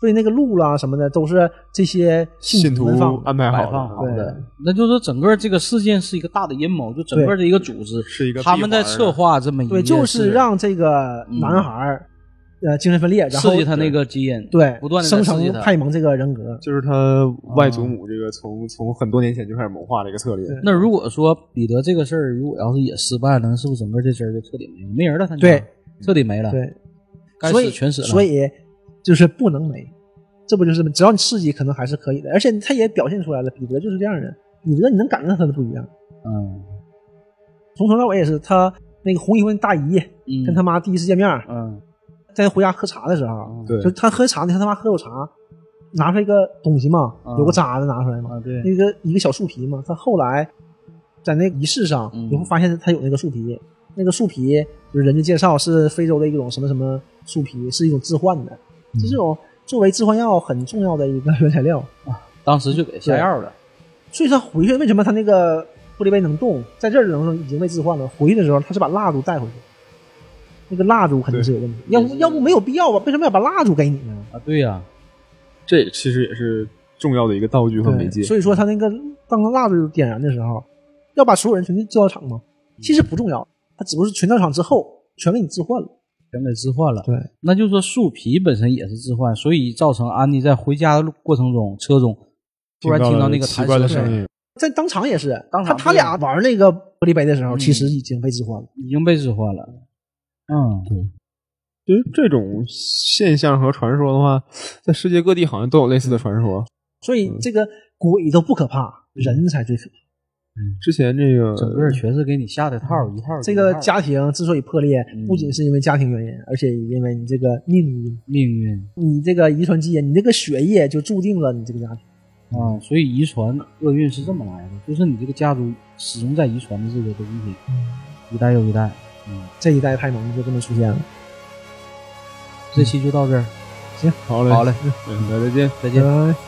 A: 所以那个路啦什么的都是这些
C: 信
A: 徒
C: 徒
A: 们放的
C: 安排
B: 摆
C: 好
B: 放
C: 的，
B: 好
A: 对
B: 的，那就是整个这个事件是一个大的阴谋，就整个的一个组织，
C: 是一个
B: 他们在
C: 闭环
B: 策划这么一
A: 对，
B: 个，
A: 就是让这个男孩儿呃精神分裂，然后
B: 嗯刺激他那个基因，
A: 对
B: 不断的
A: 生
B: 刺激
A: 成
B: 他，
A: 派蒙这个人格。
C: 就是他外
B: 啊
C: 祖母这个从从很多年前就开始谋划的一个策略，
A: 对
B: 那如果说彼得这个事儿，如果要是也失败了，那是不是整个这支儿就彻底没了？没人了，他就
A: 对
B: 彻底没了，
A: 对，
B: 该
A: 所
B: 死
A: 以
B: 全死了。
A: 所以就是不能没，这不就是只要你刺激，可能还是可以的。而且他也表现出来了，彼得就是这样的。彼得你能感觉到他的不一样，
B: 嗯
A: 从头到尾也是他那个红衣服那大姨
B: 嗯，
A: 跟他妈第一次见面，
B: 嗯
A: 在回家喝茶的时候，
C: 对
A: 就他喝茶呢，他他妈喝口茶，拿出来一个东西嘛
B: 啊，
A: 有个渣子拿出来嘛，
B: 啊对
A: 那个一个小树皮嘛，他后来在那仪式上，
B: 嗯
A: 你会发现他有那个树皮，那个树皮就是人家介绍是非洲的一种什么什么树皮，是一种置换的，就这种作为置换药很重要的一个 原材料，
B: 当时就给下药了。
A: 所以他回去为什么他那个玻璃杯能动，在这儿能已经被置换了，回去的时候他是把蜡烛带回去。那个蜡烛肯定是有问题，要不要不没有必要吧？为什么要把蜡烛给你呢？
B: 啊，对呀、
C: 这其实也是重要的一个道具和媒介
A: 对，所以说他那个当蜡烛点燃的时候，要把所有人全去制造厂吗？
B: 嗯
A: 其实不重要，他只不过是全造厂之后全给你置换了。
B: 全给置换了。
A: 对，
B: 那就是说树皮本身也是置换，所以造成安妮在回家的路过程中，车中突然听
C: 到
B: 到
C: 了
B: 那个
C: 奇
B: 弹
C: 怪
B: 舌
C: 的
A: 声
C: 声
B: 音，
C: 音，
A: 在当场也是，
B: 当
A: 他
B: 场
A: 他
B: 对
A: 俩玩那个玻璃杯的时候，
B: 嗯
A: 其实已经被置换了。
B: 已经被置换了。
A: 呃
B: 嗯，
C: 其实这种现象和传说的话，在世界各地好像都有类似的传说。
A: 所以这个鬼都不可怕，
B: 嗯
A: 人才最可怕。
C: 之前这个
B: 整个全是给你下的套儿，一套儿
A: 这
B: 一套儿
A: 个家庭之所以破裂
B: 嗯，
A: 不仅是因为家庭原因，而且因为你这个命运，
B: 命运
A: 你这个遗传基因，你这个血液就注定了你这个家庭。
B: 啊、所以遗传厄运是这么来的，就是你这个家族始终在遗传的这个东西，
A: 嗯
B: 一代又一代。嗯，
A: 这一代派蒙就这么出现了。
B: 这期就到这儿，
C: 好嘞，
B: 好嘞，
C: 嗯，那再见。
B: 再见。
A: 拜拜